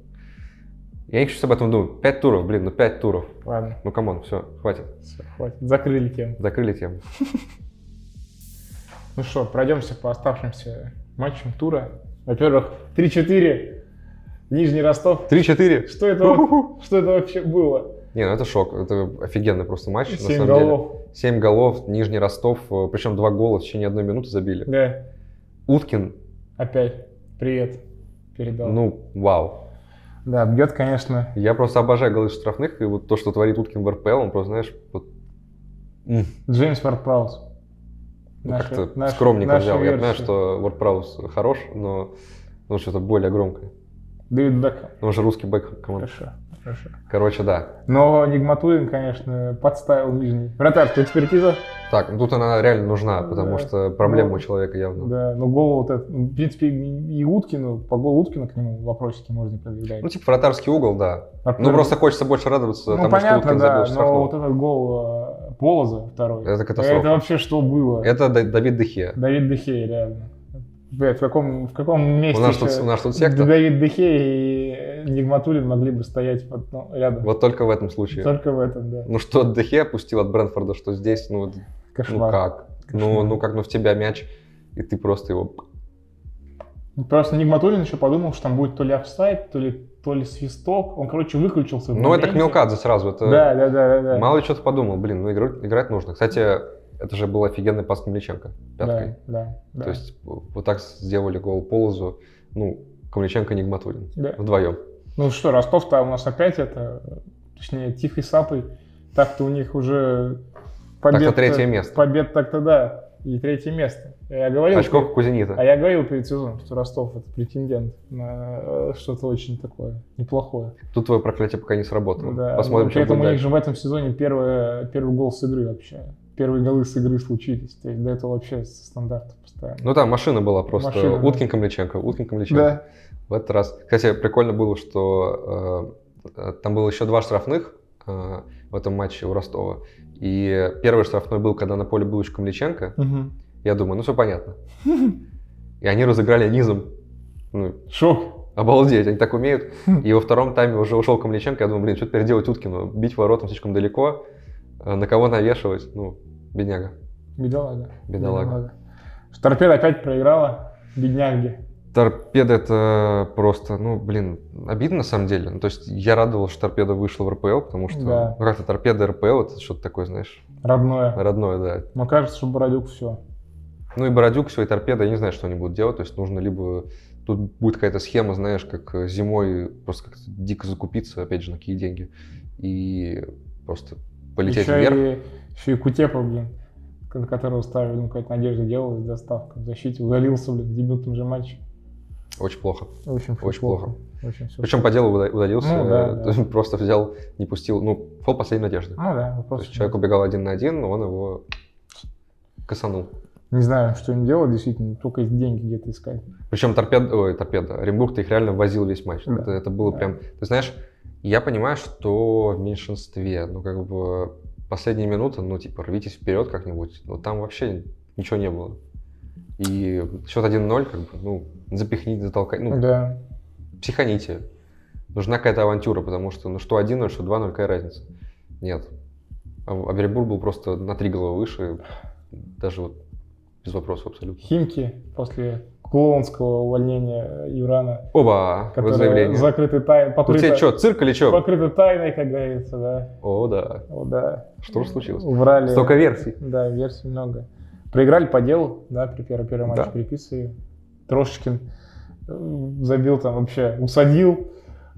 [SPEAKER 2] Я еще об этом думаю. Пять туров, блин, ну пять туров.
[SPEAKER 1] Ладно,
[SPEAKER 2] Ну камон, все, хватит.
[SPEAKER 1] всё, хватит, закрыли тему.
[SPEAKER 2] Закрыли тему.
[SPEAKER 1] Ну что, пройдемся по оставшимся матчам тура. Во-первых, 3-4, Нижний Ростов.
[SPEAKER 2] 3-4.
[SPEAKER 1] Что это, во- что это вообще было?
[SPEAKER 2] Не, ну это шок. Это офигенный просто матч. на
[SPEAKER 1] 7
[SPEAKER 2] самом
[SPEAKER 1] голов.
[SPEAKER 2] Деле. 7 голов, Нижний Ростов. э, Причем два гола в течение одной минуты забили.
[SPEAKER 1] Да,
[SPEAKER 2] Уткин,
[SPEAKER 1] опять привет передал.
[SPEAKER 2] ну вау.
[SPEAKER 1] Да, бьет, конечно,
[SPEAKER 2] Я просто обожаю голы из штрафных. И вот то, что творит Уткин в РПЛ, он просто, знаешь, вот, м,
[SPEAKER 1] Джеймс Вард-Праус.
[SPEAKER 2] ну,
[SPEAKER 1] Наши-
[SPEAKER 2] как-то
[SPEAKER 1] наши-
[SPEAKER 2] скромненько
[SPEAKER 1] наши
[SPEAKER 2] взял. Я понимаю,
[SPEAKER 1] версии.
[SPEAKER 2] что Вордпраус хорош, но ну, что-то более громкое.
[SPEAKER 1] Дэвид Бекхэм.
[SPEAKER 2] Он же русский бэк команд.
[SPEAKER 1] Хорошо, хорошо.
[SPEAKER 2] Короче, да.
[SPEAKER 1] Но Нигматуллин, конечно, подставил нижний. Вратарь, экспертиза?
[SPEAKER 2] Так, ну тут она реально нужна, потому
[SPEAKER 1] Да.
[SPEAKER 2] что проблема
[SPEAKER 1] Ну,
[SPEAKER 2] у человека явно.
[SPEAKER 1] Да, но гол вот этот, ну, в принципе, и Уткину, по голу Уткина к нему вопросики можно предъявлять.
[SPEAKER 2] Ну, типа вратарский угол, да. Ну, просто хочется больше радоваться
[SPEAKER 1] Ну,
[SPEAKER 2] тому, что
[SPEAKER 1] понятно,
[SPEAKER 2] Уткин
[SPEAKER 1] да,
[SPEAKER 2] забил
[SPEAKER 1] но
[SPEAKER 2] штрафного.
[SPEAKER 1] вот этот гол э, Полоза второй,
[SPEAKER 2] Это катастрофа.
[SPEAKER 1] это вообще что было?
[SPEAKER 2] Это Д- Давид Дехе.
[SPEAKER 1] Давид Дехей, реально. Блядь, в каком, в каком
[SPEAKER 2] У
[SPEAKER 1] месте
[SPEAKER 2] нас, тут,
[SPEAKER 1] ещё
[SPEAKER 2] у нас тут секта.
[SPEAKER 1] Давид Дехей и Нигматуллин могли бы стоять в одно- рядом?
[SPEAKER 2] Вот только в этом случае.
[SPEAKER 1] Только в этом, да.
[SPEAKER 2] Ну, что Дехе опустил от Брэнфорда, что здесь, ну, вот, ну
[SPEAKER 1] Кошмар.
[SPEAKER 2] как? Ну,
[SPEAKER 1] Кошмар.
[SPEAKER 2] ну как, ну в тебя мяч, и ты просто его...
[SPEAKER 1] Ну, Просто Нигматуллин еще подумал, что там будет то ли офсайд, то ли, то ли свисток. Он, короче, выключился. в
[SPEAKER 2] Ну, это
[SPEAKER 1] моменте.
[SPEAKER 2] Кмелкадзе сразу, это...
[SPEAKER 1] Да, да, да, да. да.
[SPEAKER 2] Мало ли что-то подумал, блин, ну игру- играть нужно. Кстати, это же был офигенный пас Камличенко пяткой.
[SPEAKER 1] Да, да, да.
[SPEAKER 2] То есть вот так сделали гол Полозу, ну, Камличенко и Нигматуллин.
[SPEAKER 1] Да.
[SPEAKER 2] Вдвоем.
[SPEAKER 1] Ну что, Ростов там у нас опять это, точнее, тихой сапой. Так-то у них уже побед...
[SPEAKER 2] Так-то третье место.
[SPEAKER 1] Побед так-то да. И третье место. Я говорил,
[SPEAKER 2] Очков как у Зенита.
[SPEAKER 1] а я говорил перед сезоном, что Ростов это претендент на э, что-то очень такое неплохое.
[SPEAKER 2] Тут твое проклятие пока не сработало.
[SPEAKER 1] Да,
[SPEAKER 2] Посмотрим,
[SPEAKER 1] ну,
[SPEAKER 2] что
[SPEAKER 1] при этом
[SPEAKER 2] будет
[SPEAKER 1] у них
[SPEAKER 2] дальше.
[SPEAKER 1] же в этом сезоне первое, первый гол с игры вообще. Первые голы с игры случились. То есть до этого вообще со стандартов постоянно.
[SPEAKER 2] Ну там машина была просто.
[SPEAKER 1] Машина, да.
[SPEAKER 2] Уткин Камличенко, Уткин Камличенко.
[SPEAKER 1] да.
[SPEAKER 2] В этот раз. Кстати, прикольно было, что э, э, там было еще два штрафных э, в этом матче у Ростова. И первый штрафной был, когда на поле был еще Камличенко.
[SPEAKER 1] Мгм.
[SPEAKER 2] Я думаю, ну все понятно. И они разыграли низом. Ну,
[SPEAKER 1] Шок.
[SPEAKER 2] Обалдеть, они так умеют. И во втором тайме уже ушел Камличенко. Я думаю, блин, что теперь делать Уткину? Бить воротам слишком далеко. А На кого навешивать? Ну, бедняга.
[SPEAKER 1] Бедолага.
[SPEAKER 2] Бедолага.
[SPEAKER 1] Что Торпеда опять проиграла. Бедняги.
[SPEAKER 2] Торпеда это просто, ну, блин, обидно на самом деле. Ну, то есть я радовался, что торпеда вышла в РПЛ, потому что
[SPEAKER 1] Да.
[SPEAKER 2] ну, как-то торпеда и РПЛ это что-то такое, знаешь,
[SPEAKER 1] Родное.
[SPEAKER 2] родное, да.
[SPEAKER 1] Но кажется, что Бородюк все.
[SPEAKER 2] Ну и Бородюк, все, и торпеда, я не знаю, что они будут делать. То есть нужно либо тут будет какая-то схема, знаешь, как э, зимой просто как-то дико закупиться, опять же, на какие деньги, и просто полететь
[SPEAKER 1] еще
[SPEAKER 2] вверх.
[SPEAKER 1] И, еще и Кутепа, блин, к- на которого ставили, ну, какая-то надежда делалась, доставка в защите, удалился, блин, в дебютном же матче.
[SPEAKER 2] Очень плохо.
[SPEAKER 1] Очень, всё
[SPEAKER 2] Очень плохо.
[SPEAKER 1] Очень все.
[SPEAKER 2] Причем по делу уда- удалился,
[SPEAKER 1] Ну, да,
[SPEAKER 2] э,
[SPEAKER 1] да.
[SPEAKER 2] то есть [LAUGHS] просто взял, не пустил, ну, фол последней надежды.
[SPEAKER 1] Ну да,
[SPEAKER 2] То
[SPEAKER 1] вопрос.
[SPEAKER 2] есть человек убегал один на один, он его косанул.
[SPEAKER 1] Не знаю, что им делать, действительно, только деньги где-то искать.
[SPEAKER 2] Причем торпед, ой, торпеда, Оренбург-то их реально возил весь матч.
[SPEAKER 1] Да.
[SPEAKER 2] Это, это было
[SPEAKER 1] Да.
[SPEAKER 2] прям, ты знаешь, я понимаю, что в меньшинстве, ну как бы последние минуты, ну типа рвитесь вперед как-нибудь, но там вообще ничего не было. И счет 1-0, как бы, ну, запихните, затолкайте, ну,
[SPEAKER 1] Да.
[SPEAKER 2] психаните. Нужна какая-то авантюра, потому что, ну, что 1-0, что 2-0, какая разница? Нет. А в- а Оренбург был просто на три головы выше, даже вот без вопросов абсолютно.
[SPEAKER 1] Химки после клоунского увольнения Юрана,
[SPEAKER 2] Оба, вот
[SPEAKER 1] которое
[SPEAKER 2] заявление.
[SPEAKER 1] закрытой тайной,
[SPEAKER 2] Ну тебе
[SPEAKER 1] покрыто,
[SPEAKER 2] что, цирк или что?
[SPEAKER 1] покрыто тайной, как говорится, да.
[SPEAKER 2] О, да.
[SPEAKER 1] О, да.
[SPEAKER 2] Что же случилось?
[SPEAKER 1] Врали.
[SPEAKER 2] Столько версий.
[SPEAKER 1] Да, версий много. Проиграли по делу, да, при первом, первом матче
[SPEAKER 2] Да.
[SPEAKER 1] переписывали. Трошечкин э, забил там вообще, усадил,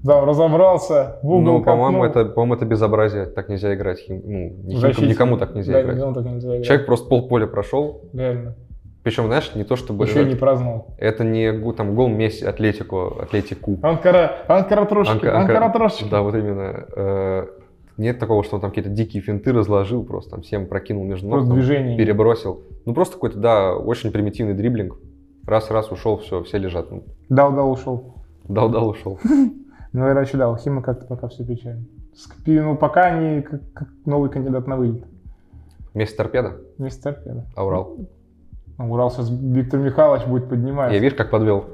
[SPEAKER 1] там разобрался, в угол
[SPEAKER 2] Ну, по-моему,
[SPEAKER 1] копнул.
[SPEAKER 2] это, по-моему, это безобразие. Так нельзя играть. Хим- Ну, ни химкам,
[SPEAKER 1] Защитник.
[SPEAKER 2] никому так нельзя
[SPEAKER 1] Да,
[SPEAKER 2] играть.
[SPEAKER 1] никому так нельзя играть.
[SPEAKER 2] Человек просто полполя прошел.
[SPEAKER 1] Реально.
[SPEAKER 2] Причем, знаешь, не то чтобы...
[SPEAKER 1] Еще и не праздновал.
[SPEAKER 2] Это не гу- там гол Месси, Атлетику, Атлетику.
[SPEAKER 1] Анкара, Анкара Трошечкин,
[SPEAKER 2] Анка-
[SPEAKER 1] Анкара,
[SPEAKER 2] Анка-
[SPEAKER 1] Трошечкин.
[SPEAKER 2] Да, вот именно. Э, Нет такого, что он там какие-то дикие финты разложил, просто там всем прокинул между ног,
[SPEAKER 1] Просто
[SPEAKER 2] ну, там,
[SPEAKER 1] движение.
[SPEAKER 2] перебросил. Ну, просто какой-то, да, очень примитивный дриблинг. Раз-раз ушел, все, все лежат. Ну,
[SPEAKER 1] Дал-дал ушел.
[SPEAKER 2] Дал-дал ушел.
[SPEAKER 1] Ну, иначе да, у Хима как-то пока все печально. Ск- Ну, пока они как, как новый кандидат на вылет.
[SPEAKER 2] Месси торпеда,
[SPEAKER 1] Вместе торпеда.
[SPEAKER 2] а Урал.
[SPEAKER 1] Ну, Урал сейчас Виктор Михайлович будет поднимать.
[SPEAKER 2] Я видишь, как подвел.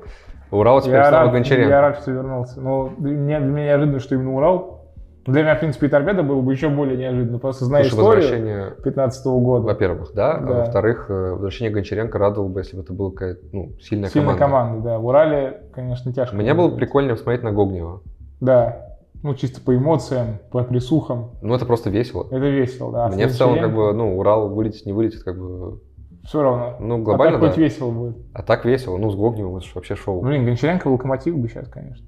[SPEAKER 2] Урал теперь
[SPEAKER 1] Я
[SPEAKER 2] стал
[SPEAKER 1] рад, я
[SPEAKER 2] Гончаренко.
[SPEAKER 1] рад, что вернулся. Но мне, для меня неожиданно, что именно Урал. Для меня, в принципе, и торпеда было бы еще более неожиданно. Просто зная
[SPEAKER 2] Слушай,
[SPEAKER 1] историю
[SPEAKER 2] возвращение,
[SPEAKER 1] 15 года.
[SPEAKER 2] во-первых, да,
[SPEAKER 1] Да.
[SPEAKER 2] а во-вторых, э, возвращение Гончаренко радовало бы, если бы это была какая-то, ну, сильная,
[SPEAKER 1] Сильная
[SPEAKER 2] команда.
[SPEAKER 1] команда, да. В Урале, конечно, тяжко.
[SPEAKER 2] Мне было прикольно смотреть на Гогнева.
[SPEAKER 1] Да. Ну, чисто по эмоциям, по присухам.
[SPEAKER 2] Ну, это просто весело.
[SPEAKER 1] Это весело, да. А
[SPEAKER 2] Мне в целом, как
[SPEAKER 1] Гончаренко
[SPEAKER 2] бы, ну, Урал вылетит, не вылетит, как бы,
[SPEAKER 1] Все равно.
[SPEAKER 2] ну,
[SPEAKER 1] а
[SPEAKER 2] глобально,
[SPEAKER 1] так
[SPEAKER 2] да.
[SPEAKER 1] хоть весело будет. Ну,
[SPEAKER 2] А так весело, ну, с Гогневым, это ж вообще шоу.
[SPEAKER 1] Блин, Гончаренко локомотив бы сейчас, конечно.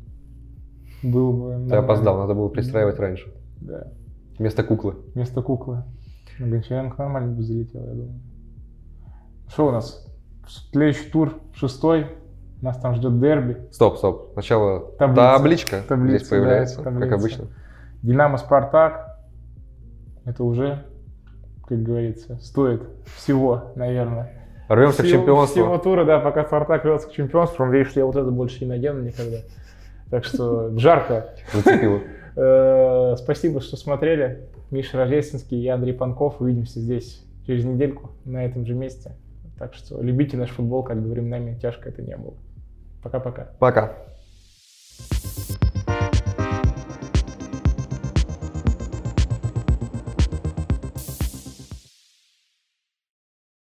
[SPEAKER 1] Был бы...
[SPEAKER 2] Ты
[SPEAKER 1] нормально.
[SPEAKER 2] опоздал, надо было пристраивать раньше.
[SPEAKER 1] Да.
[SPEAKER 2] Вместо куклы.
[SPEAKER 1] Вместо куклы. Ну, Гончаренко нормально бы залетел, я думаю. Что у нас? Следующий тур, шестой. Нас там ждет дерби.
[SPEAKER 2] Стоп, стоп. Сначала
[SPEAKER 1] Таблица.
[SPEAKER 2] табличка,
[SPEAKER 1] Таблица,
[SPEAKER 2] здесь появляется,
[SPEAKER 1] да,
[SPEAKER 2] как
[SPEAKER 1] таблица.
[SPEAKER 2] обычно.
[SPEAKER 1] Динамо Спартак. Это уже, как говорится, стоит всего, наверное.
[SPEAKER 2] Рвемся к
[SPEAKER 1] Всего-
[SPEAKER 2] чемпионству.
[SPEAKER 1] Всего тура, да, пока Спартак рвется к чемпионству. Надеюсь, что я вот это больше не надену никогда. Так что жарко.
[SPEAKER 2] Зацепило.
[SPEAKER 1] Э, Спасибо, что смотрели. Миша Рождественский, я Андрей Панков. Увидимся здесь через недельку на этом же месте. Так что любите наш футбол, как бы временами тяжко это не было. Пока-пока.
[SPEAKER 2] Пока.